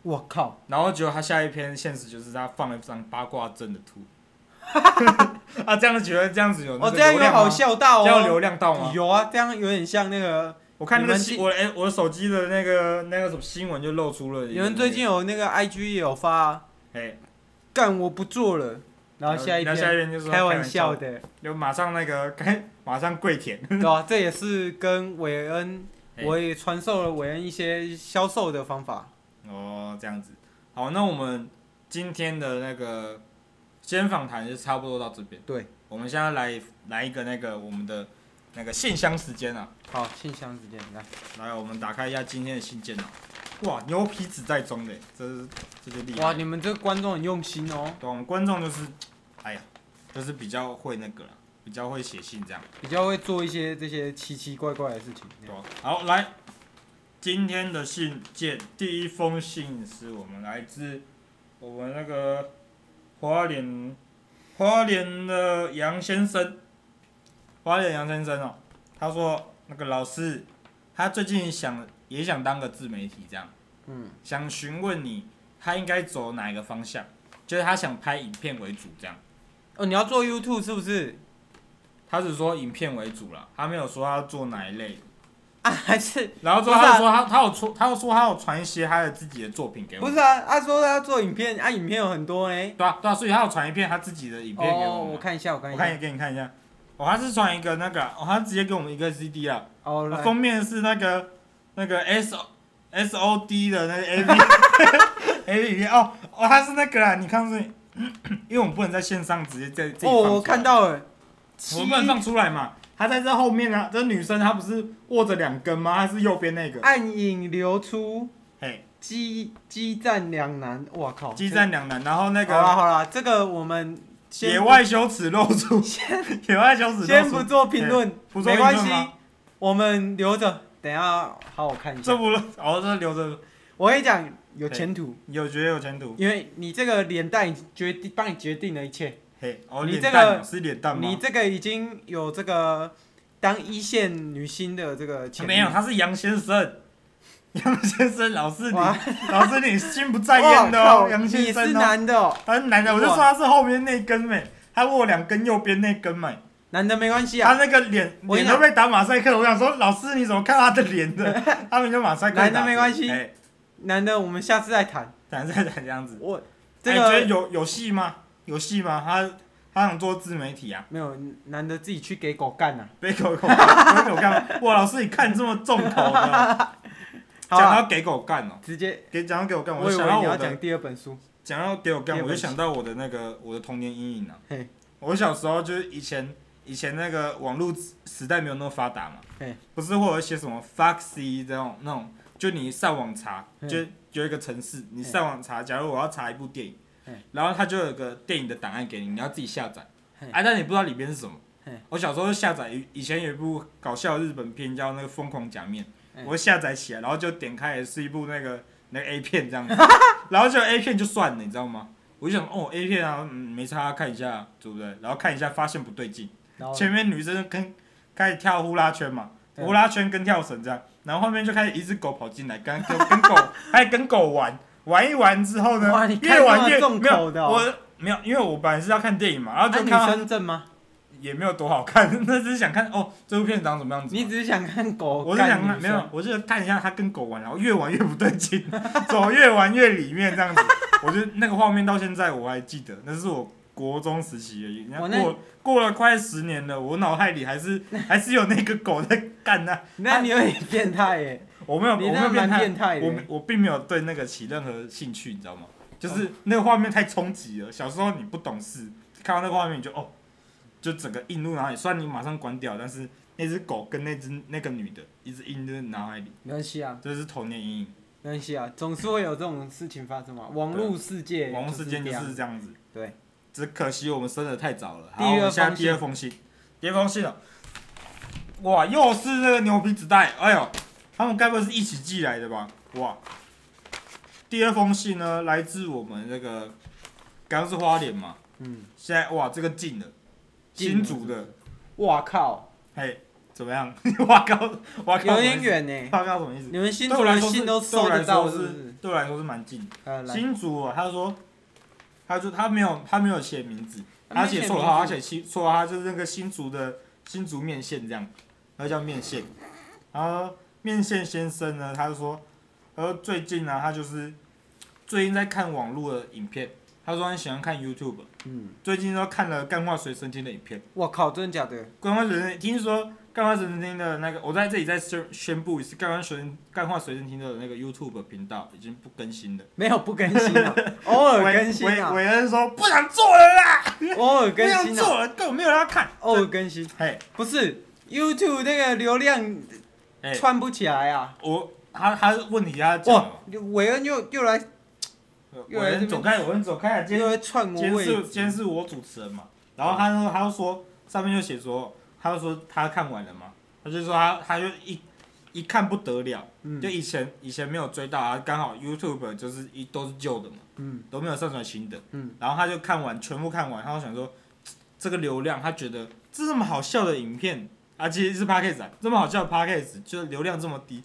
Speaker 3: 我靠，
Speaker 1: 然后结果他下一篇现实就是他放了一张八卦阵的 图，啊，这样子觉得这样子有那
Speaker 3: 哦，
Speaker 1: 个
Speaker 3: 这样
Speaker 1: 流
Speaker 3: 有
Speaker 1: 量
Speaker 3: 好
Speaker 1: 吗？
Speaker 3: 笑到
Speaker 1: 这样有流
Speaker 3: 哦，
Speaker 1: 量到吗？
Speaker 3: 有啊，这样有点像那个，
Speaker 1: 我看那个
Speaker 3: 你们
Speaker 1: 新
Speaker 3: 记
Speaker 1: 我哎、我的手机的那个那个什么新闻就露出了一个那个。
Speaker 3: 你们最近有那个 IG 也有发啊、
Speaker 1: 哎，
Speaker 3: 干我不做了，然后下一
Speaker 1: 然后下
Speaker 3: 篇
Speaker 1: 一篇就说
Speaker 3: 开玩
Speaker 1: 玩
Speaker 3: 笑
Speaker 1: 笑，
Speaker 3: 的，
Speaker 1: 就马上那个开马上跪舔，
Speaker 3: 对吧、这也是跟韦恩
Speaker 1: 哎、哎
Speaker 3: 我也传授了韦恩一些销售的方法。
Speaker 1: 哦，这样子。好，那我们今天的那个先访谈就差不多到这边。
Speaker 3: 对，
Speaker 1: 我们现在来来一个那个我们的那个信箱时间啊，
Speaker 3: 好，信箱之间来，
Speaker 1: 来，我们打开一下今天的信件啊。哇，牛皮纸袋装的，这是这就厉害。
Speaker 3: 哇，你们这个观众很用心哦，
Speaker 1: 对，我们观众就是，哎呀，就是比较会那个啦，比较会写信这样。
Speaker 3: 比较会做一些这些奇奇怪怪的事情。
Speaker 1: 对啊，好，来，今天的信件第一封信是我们来自我们那个花莲花莲的杨先生，花莲杨先生哦，他说那个老师，他最近想也想当个自媒体这样，
Speaker 3: 嗯，
Speaker 1: 想询问你他应该走哪一个方向，就是他想拍影片为主这样。
Speaker 3: 哦，你要做 YouTube 是不是？
Speaker 1: 他只说影片为主啦，他没有说他要做哪一类。
Speaker 3: 啊，还是
Speaker 1: 然后之后
Speaker 3: 不是啊
Speaker 1: 他说他他有出，他又说他有传一些他的自己的作品给我
Speaker 3: 不
Speaker 1: 们，
Speaker 3: 是啊？他说他要做影片，啊，影片有很多哎、
Speaker 1: 对啊对啊，所以他有传一片他自己的影片给
Speaker 3: 哦，
Speaker 1: 我们
Speaker 3: 我
Speaker 1: 嘛。
Speaker 3: 看一下，我看
Speaker 1: 我
Speaker 3: 一
Speaker 1: 看
Speaker 3: 下。
Speaker 1: 也给你看一下，哦，他是传一个那个啊，哦，他直接给我们一个 CD 啊，
Speaker 3: 哦，来
Speaker 1: 封面是那个那个 S O S O D 的 那个 A V A V 里面哦哦，他是那个啊，你看是， 因为我们不能在线上直接在这
Speaker 3: 哦，我看。到了，
Speaker 1: 我们不能放出来嘛。她在这后面啊，这女生她不是握着两根吗？她是右边那个，
Speaker 3: 暗影流出，
Speaker 1: 嘿，
Speaker 3: 激激战两难，哇靠！
Speaker 1: 激战两难，然后那
Speaker 3: 好啦
Speaker 1: 个
Speaker 3: 好啦，这个我们先
Speaker 1: 野外羞耻露 出， 野外羞耻
Speaker 3: 先
Speaker 1: 露
Speaker 3: 不
Speaker 1: 出，
Speaker 3: 做评论，
Speaker 1: 不做
Speaker 3: 没
Speaker 1: 评
Speaker 3: 关
Speaker 1: 论
Speaker 3: 系
Speaker 1: 吗？，
Speaker 3: 我们留着，等一下好好看一
Speaker 1: 这
Speaker 3: 下。
Speaker 1: 不 哦，这留着
Speaker 3: 我跟你讲，有前途，
Speaker 1: 有觉得有前途，
Speaker 3: 因为你这个脸蛋已经决定帮你决定了一切，
Speaker 1: 嘿，哦，
Speaker 3: 你
Speaker 1: 脸
Speaker 3: 这个
Speaker 1: 蛋哦是脸蛋吗？
Speaker 3: 你这个已经有这个当一线女星的这个潜力。
Speaker 1: 没有，他是杨先生， 杨先生，老师你
Speaker 3: 哇
Speaker 1: 老师你心不在焉的哦
Speaker 3: 哇，靠
Speaker 1: 杨
Speaker 3: 你
Speaker 1: 先
Speaker 3: 是
Speaker 1: 生哦，
Speaker 3: 男的哦，
Speaker 1: 他是男的，我就说他是后面那根没，他握两根右边那根没。
Speaker 3: 男的没关系
Speaker 1: 他
Speaker 3: 啊，
Speaker 1: 那个脸
Speaker 3: 我跟
Speaker 1: 脸
Speaker 3: 你
Speaker 1: 都
Speaker 3: 讲
Speaker 1: 被打马赛克，我想说老师你怎么看他的脸 的？他们就马赛克打
Speaker 3: 男
Speaker 1: 的，
Speaker 3: 的没关系
Speaker 1: 哎，反
Speaker 3: 男的我们下次再谈。
Speaker 1: 正再谈这样子。
Speaker 3: 我这
Speaker 1: 哎你觉得
Speaker 3: 个
Speaker 1: 有有戏吗？有戏吗？他他想做自媒体啊，
Speaker 3: 没有男的自己去给狗干啊呐。
Speaker 1: 被狗狗被狗干嘛？哇，老师你看这么重口的 啊，
Speaker 3: 好
Speaker 1: 讲
Speaker 3: 啊，
Speaker 1: 到给狗干哦，
Speaker 3: 直接，
Speaker 1: 给讲到给我干，
Speaker 3: 我
Speaker 1: 我
Speaker 3: 以
Speaker 1: 就想
Speaker 3: 为
Speaker 1: 到
Speaker 3: 你要
Speaker 1: 我
Speaker 3: 讲
Speaker 1: 的
Speaker 3: 第二本书。
Speaker 1: 讲到给我干，
Speaker 3: 第二
Speaker 1: 我就
Speaker 3: 本戏
Speaker 1: 想到我的那个我的童年阴影啊
Speaker 3: 嘿。
Speaker 1: 我小时候就是以前以前那个网络时代没有那么发达嘛，
Speaker 3: 嘿，
Speaker 1: 不是会有一些什么 Foxy 这种那种，就你上网查，
Speaker 3: 嗯
Speaker 1: 就有一个城市，你
Speaker 3: 嗯
Speaker 1: 上网查，假如我要查一部电影
Speaker 3: 嗯，
Speaker 1: 然后它就有一个电影的档案给你，你要自己下载，
Speaker 3: 嗯
Speaker 1: 啊，但你不知道里面是什么
Speaker 3: 嗯。
Speaker 1: 我小时候就下载以以前有一部搞笑的日本片叫那个《疯狂假面》，
Speaker 3: 嗯
Speaker 1: 我下载起来，然后就点开也是一部那个那个 A 片这样子，然后就 A 片就算了，你知道吗？我就想哦 A 片啊，嗯，没差，看一下对不对？然后看一下发现不对劲，
Speaker 3: 然后
Speaker 1: 前面女生跟开始跳呼啦圈嘛，
Speaker 3: 哦对
Speaker 1: 呼啦圈跟跳绳这样，然后后面就开始一只狗跑进来，跟 跟跟狗还跟狗玩，玩一玩之后呢
Speaker 3: 哇你，看
Speaker 1: 越玩越
Speaker 3: 那么重
Speaker 1: 没有
Speaker 3: 口的哦
Speaker 1: 我没有，因为我本来是要看电影嘛，然后
Speaker 3: 啊
Speaker 1: 就
Speaker 3: 女
Speaker 1: 看到
Speaker 3: 生正吗？
Speaker 1: 也没有多好看， 那只是想看哦这部片长什么样子嘛。
Speaker 3: 你只是想看 狗
Speaker 1: 我是
Speaker 3: 哦干
Speaker 1: 想
Speaker 3: 女
Speaker 1: 看
Speaker 3: 生？
Speaker 1: 没有，我是看一下他跟狗玩，然后越玩越不对劲， 走越玩越里面这样子。我觉得那个画面到现在我还记得，那是我国中时期而已。你看
Speaker 3: 我那
Speaker 1: 过过了快十年了，我脑海里还 是还是有那个狗在干那、
Speaker 3: 那你有点变态耶，
Speaker 1: 我 没有，我
Speaker 3: 你
Speaker 1: 没
Speaker 3: 那
Speaker 1: 有
Speaker 3: 蛮
Speaker 1: 变态，
Speaker 3: 变态
Speaker 1: 我
Speaker 3: 的。
Speaker 1: 我并没有对那个起任何兴趣，你知道吗？
Speaker 3: 哦
Speaker 1: 就是那个画面太冲击了。小时候你不懂事，看到那个画面你就哦，就整个映入脑海。虽然你马上关掉，但是那只狗跟那只那个女的一直映入脑海里。
Speaker 3: 没关系啊，
Speaker 1: 这是童年阴影，
Speaker 3: 没关系啊，总是会有这种事情发生嘛。网络世界，
Speaker 1: 网络事件
Speaker 3: 这
Speaker 1: 就
Speaker 3: 样
Speaker 1: 是这样子。
Speaker 3: 对，
Speaker 1: 只可惜我们生的太早了。
Speaker 3: 第
Speaker 1: 好，
Speaker 3: 二
Speaker 1: 我们
Speaker 3: 封
Speaker 1: 现在第二封信，第二封信了。哇，又是那个牛皮纸袋，哎呦，他们该不会是一起寄来的吧？哇，第二封信呢，来自我们那个刚刚是花莲嘛，
Speaker 3: 嗯，
Speaker 1: 现在哇，这个近了，
Speaker 3: 近
Speaker 1: 新
Speaker 3: 了
Speaker 1: 竹的，
Speaker 3: 哇靠，
Speaker 1: 嘿，怎么样？ 哇靠，哇靠，
Speaker 3: 有点，远呢。
Speaker 1: 哇靠，什么意思？
Speaker 3: 你们新
Speaker 1: 对
Speaker 3: 竹
Speaker 1: 我来
Speaker 3: 的
Speaker 1: 说是
Speaker 3: 信都
Speaker 1: 对我
Speaker 3: 收
Speaker 1: 来
Speaker 3: 得到
Speaker 1: 说
Speaker 3: 是不
Speaker 1: 是
Speaker 3: 是？，
Speaker 1: 对我来说是蛮近的。
Speaker 3: 呃，来，
Speaker 1: 新竹、哦，他说，他就他没有他没有写名字，
Speaker 3: 他
Speaker 1: 他
Speaker 3: 没写
Speaker 1: 写
Speaker 3: 名字
Speaker 1: 绰号，他写新绰号，他就是那个新竹的新竹面线这样，他叫面线。然后面线先生呢，他就说，呃，最近呢、他就是最近在看网络的影片，他说他喜欢看 YouTube，
Speaker 3: 嗯，
Speaker 1: 最近都看了《干话随身听》的影片。
Speaker 3: 我靠，真的假的？
Speaker 1: 《干话随身听》听说《干话随身听》的那个，我在这里再宣宣布一次，《干话随身干话随身听》的那个 YouTube 频道已经不更新了。
Speaker 3: 没有不更新 啊，偶尔更新
Speaker 1: 韦
Speaker 3: 啊，
Speaker 1: 韦恩说不想做了啦，
Speaker 3: 偶尔
Speaker 1: 不
Speaker 3: 更
Speaker 1: 想
Speaker 3: 新啊，哦
Speaker 1: 做了，根本没有人要看。
Speaker 3: 偶尔更新。
Speaker 1: 嘿，
Speaker 3: 不是 YouTube 那个流量
Speaker 1: 哎，
Speaker 3: 串不起来啊！
Speaker 1: 我他他问题他讲
Speaker 3: 哇
Speaker 1: 了，，
Speaker 3: 韦恩又又来
Speaker 1: 韦恩走开，韦恩走开啊！今天
Speaker 3: 又来串我
Speaker 1: 今天
Speaker 3: 位
Speaker 1: 是
Speaker 3: 置，
Speaker 1: 今天是我主持人嘛，然后他说他就说上面就写说，他就说他看完了嘛，他就说他他就一一看不得了，
Speaker 3: 嗯
Speaker 1: 就以前以前没有追到啊，刚好 YouTube 就是一都是旧的嘛，
Speaker 3: 嗯
Speaker 1: 都没有上传新的，
Speaker 3: 嗯，
Speaker 1: 然后他就看完全部看完，他就想说这个流量，他觉得这么好笑的影片啊，其实是 p a c k a g e 啊，这么好笑的 p a c k a g e 就是流量这么低。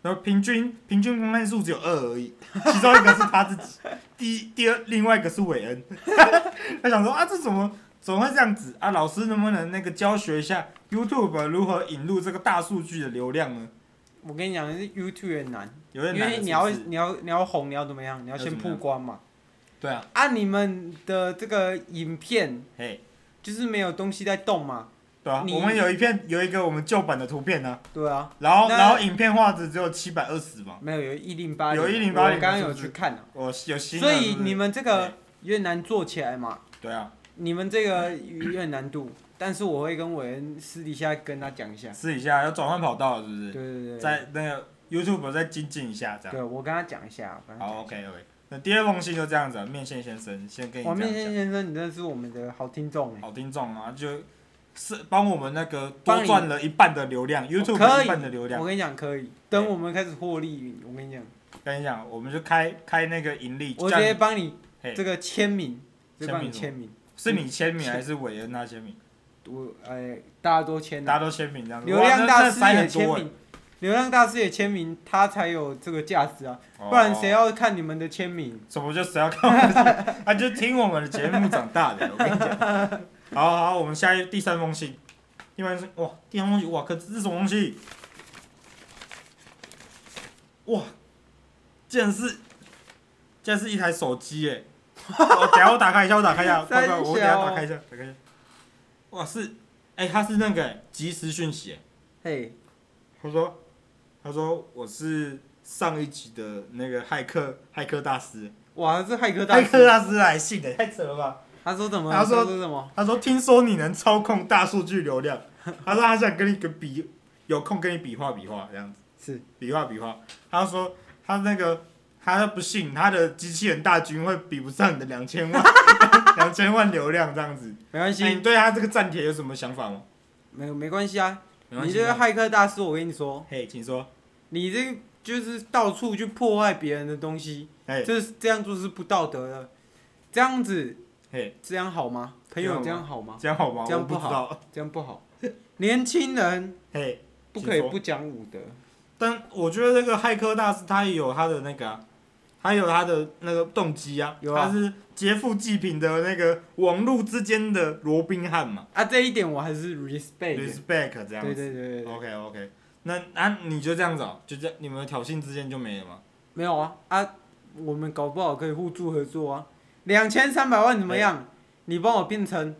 Speaker 1: 然后平均平均观看数只有二而已，其中一个是他自己， 第一第二另外一个是韦恩， 他想说啊，这怎么怎么会这样子啊？老师能不能那个教学一下 YouTube 如何引入这个大数据的流量呢？
Speaker 3: 我跟你讲是 YouTube 很难，
Speaker 1: 有点
Speaker 3: 因
Speaker 1: 难了，
Speaker 3: 为你要
Speaker 1: 是不是
Speaker 3: 你要你要红，你要怎么样？你要
Speaker 1: 要
Speaker 3: 先
Speaker 1: 怎么样
Speaker 3: 曝光嘛。
Speaker 1: 对啊，
Speaker 3: 啊，你们的这个影片
Speaker 1: 嘿，
Speaker 3: 就是没有东西在动嘛？
Speaker 1: 对啊，
Speaker 3: 你
Speaker 1: 我们有一片有一个我们旧版的图片呢、
Speaker 3: 对啊，
Speaker 1: 然后
Speaker 3: 那
Speaker 1: 然后影片画质只有七百二十嘛，
Speaker 3: 没有有一零八，
Speaker 1: 有108
Speaker 3: 我刚刚有
Speaker 1: 是不是
Speaker 3: 去看啊。
Speaker 1: 我有新的
Speaker 3: 所
Speaker 1: 是
Speaker 3: 以
Speaker 1: 不是
Speaker 3: 你们这个
Speaker 1: 哎
Speaker 3: 越难做起来嘛，
Speaker 1: 对啊，
Speaker 3: 你们这个越难度。但是我会跟韦恩私底下跟他讲一下。
Speaker 1: 试一下要转换跑道了是不是？
Speaker 3: 对对对。
Speaker 1: 在那个 YouTube 再精进一下这样。
Speaker 3: 对，我跟他讲一下。啊我跟他讲
Speaker 1: 好，OK OK。那第二封信就这样子、啊，面线先生先跟你
Speaker 3: 哇，
Speaker 1: 这
Speaker 3: 面线
Speaker 1: 样
Speaker 3: 先生，你真的是我们的好听众
Speaker 1: 讲，
Speaker 3: 哎！
Speaker 1: 好听众啊，就是帮我们那个
Speaker 3: 帮
Speaker 1: 多
Speaker 3: 你
Speaker 1: 赚了一半的流量，YouTube
Speaker 3: 可以
Speaker 1: 一半的流量
Speaker 3: 我。跟你讲，可以。等我们开始获利，我跟你讲，
Speaker 1: 跟你讲，我们就开开那个盈利，
Speaker 3: 我直
Speaker 1: 这
Speaker 3: 接
Speaker 1: 样
Speaker 3: 帮你
Speaker 1: 嘿
Speaker 3: 这个签名，直接帮你
Speaker 1: 签
Speaker 3: 签名。
Speaker 1: 是你签名还是韦恩他签名？
Speaker 3: 我哎，大家都签
Speaker 1: 大家
Speaker 3: 啊。
Speaker 1: 都签名这样子。
Speaker 3: 流量大师
Speaker 1: 哇那那塞
Speaker 3: 也
Speaker 1: 很
Speaker 3: 签
Speaker 1: 多欸
Speaker 3: 名，流量大师也签名，他才有这个价值啊！
Speaker 1: 哦
Speaker 3: 不然谁要看你们的签名？
Speaker 1: 什么叫谁要看我们的节目？他 就听我们的节目长大的。我跟你讲，好好，我们下一第三封信，第三封信哇，第三封信哇，可这是什么东西？哇，竟然是，竟然是一台手机耶！我等一下我打开一下，我打开一 下，快快，我等一下打开一下，打开一下。哇，是，哎、他是那个耶即时讯息耶，
Speaker 3: 嘿，
Speaker 1: 他说，他说我是上一集的那个骇客骇客大师。
Speaker 3: 哇，这骇客大
Speaker 1: 骇客
Speaker 3: 师，
Speaker 1: 大师来信的，太扯了吧？
Speaker 3: 他说怎么？
Speaker 1: 他
Speaker 3: 他
Speaker 1: 说
Speaker 3: 说什么？
Speaker 1: 他说听说你能操控大数据流量， 他说他想跟你个比，有空跟你比划比划这样子，
Speaker 3: 是
Speaker 1: 比划比划。他说他那个他不信他的机器人大军会比不上你的两千万 两千万流量这样子。
Speaker 3: 没关
Speaker 1: 哎你
Speaker 3: 系，
Speaker 1: 对他这个站帖有什么想法吗？
Speaker 3: 没有没关系啊。你
Speaker 1: 觉
Speaker 3: 这个
Speaker 1: 得？
Speaker 3: 骇客大师，我跟你说，
Speaker 1: 嘿，请说。
Speaker 3: 你这个就是到处去破坏别人的东西，
Speaker 1: 哎
Speaker 3: 这是这样做是不道德的。这样子，
Speaker 1: 嘿，
Speaker 3: 这样好吗？朋友这样好吗？
Speaker 1: 这样好吗？
Speaker 3: 这样
Speaker 1: 我不
Speaker 3: 不
Speaker 1: 知
Speaker 3: 好
Speaker 1: 道。
Speaker 3: 这样不好。年轻人
Speaker 1: 嘿，
Speaker 3: 不可
Speaker 1: 请
Speaker 3: 以
Speaker 1: 说
Speaker 3: 不讲武德。
Speaker 1: 但我觉得这个骇客大师他也有他的那个、啊，他有他的那个动机啊，
Speaker 3: 有啊
Speaker 1: 他是劫富济贫的那个网络之间的罗宾汉嘛
Speaker 3: 啊，这一点我还是 respect 的。
Speaker 1: ，respect 这样
Speaker 3: 对对
Speaker 1: 子。
Speaker 3: 对对对，
Speaker 1: OK OK，那啊你就这样子哦、就这样，你们的挑衅之间就没了吗？
Speaker 3: 没有啊啊，我们搞不好可以互助合作啊。两千三百万怎么样？你帮我变成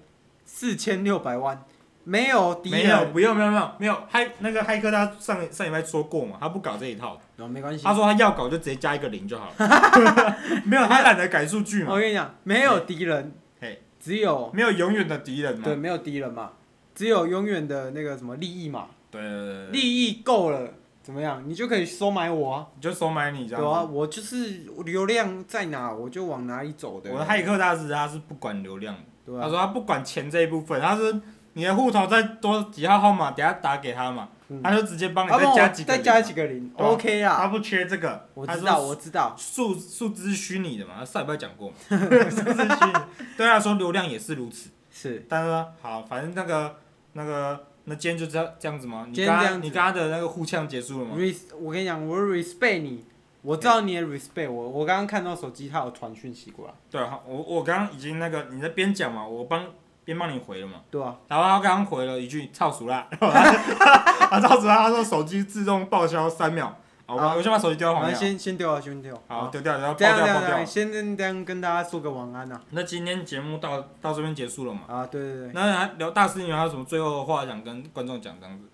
Speaker 3: 四千六百万，没有敌
Speaker 1: 没有，
Speaker 3: 人，
Speaker 1: 不用，没有，没有，没有。骇那个骇客他上上礼拜说过嘛，他不搞这一套，
Speaker 3: 哦，没关系
Speaker 1: 他。说他要搞就直接加一个零就好了， 没有他懒得改数据
Speaker 3: 我
Speaker 1: 嘛，
Speaker 3: 跟你讲，没有敌人
Speaker 1: 嘿，
Speaker 3: 只有
Speaker 1: 没有永远的敌人嘛。
Speaker 3: 哦对，没有敌人嘛，只有永远的那个什么利益嘛，
Speaker 1: 对对对对对，
Speaker 3: 利益够了怎么样，你就可以收买我啊，
Speaker 1: 你就收买你这
Speaker 3: 对
Speaker 1: 样子。
Speaker 3: 啊，我就是流量在哪，我就往哪里走的，
Speaker 1: 我的骇客大师他是不管流量的，
Speaker 3: 对
Speaker 1: 他
Speaker 3: 啊，
Speaker 1: 说他不管钱这一部分，他是你的户头再多几号号码，等下打给他嘛，
Speaker 3: 嗯
Speaker 1: 他就直接帮你
Speaker 3: 啊不然
Speaker 1: 再
Speaker 3: 我
Speaker 1: 加几个，
Speaker 3: 再加几，个零
Speaker 1: 对啊
Speaker 3: ，OK
Speaker 1: 他
Speaker 3: 啦，
Speaker 1: 不缺这个，
Speaker 3: 我
Speaker 1: 他
Speaker 3: 知
Speaker 1: 说
Speaker 3: 道我知道，
Speaker 1: 数数字是虚拟的嘛，他上礼拜讲 过嘛，数字是虚拟的，对他来说流量也是如此，
Speaker 3: 是
Speaker 1: 但是呢好，反正那个那个那今天就这样这样子吗？你
Speaker 3: 今
Speaker 1: 跟
Speaker 3: 天
Speaker 1: 他
Speaker 3: 这样子嗯
Speaker 1: 你跟他的那个互呛结束了吗？
Speaker 3: res，我跟你讲，我 respect 你，我知道你也 respect 我，我刚刚看到手机他有传讯息过来，
Speaker 1: 对，好我我刚刚已经那个你在边讲嘛，我帮边帮你回了嘛。
Speaker 3: 对啊，
Speaker 1: 然后他刚 回了一句“操熟啦”，然后他他操熟啦，他说手机自动报销三秒，好，我我先把手机丢到旁
Speaker 3: 好，
Speaker 1: 边啊。
Speaker 3: 先先丢啊，先丢。
Speaker 1: 好，丢掉，然后爆
Speaker 3: 这样
Speaker 1: 掉，
Speaker 3: 这样
Speaker 1: 爆
Speaker 3: 这样，
Speaker 1: 掉。
Speaker 3: 先这样跟大家说个晚安呐、
Speaker 1: 那今天节目到到这边结束了嘛？
Speaker 3: 啊。啊，对对对，
Speaker 1: 那还聊大师，你还有什么最后的话想跟观众讲？这样子，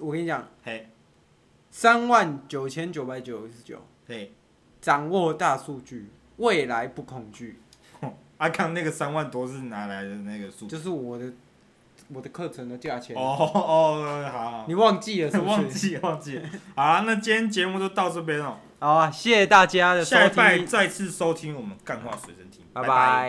Speaker 3: 我跟你讲，
Speaker 1: 嘿，
Speaker 3: 三万九千九百九十九，
Speaker 1: 嘿，
Speaker 3: 掌握大数据，未来不恐惧，
Speaker 1: 阿康啊那个三万多是哪来的那个数？
Speaker 3: 就是我的我的课程的价钱。
Speaker 1: 哦哦，好，
Speaker 3: 你忘记了是不 是？
Speaker 1: 忘记忘记。好啦，那今天节目就到这边哦，
Speaker 3: 好啊，谢谢大家的收
Speaker 1: 下一拜
Speaker 3: 听，
Speaker 1: 再次收听我们干话随身听，
Speaker 3: 拜
Speaker 1: 拜
Speaker 3: 拜。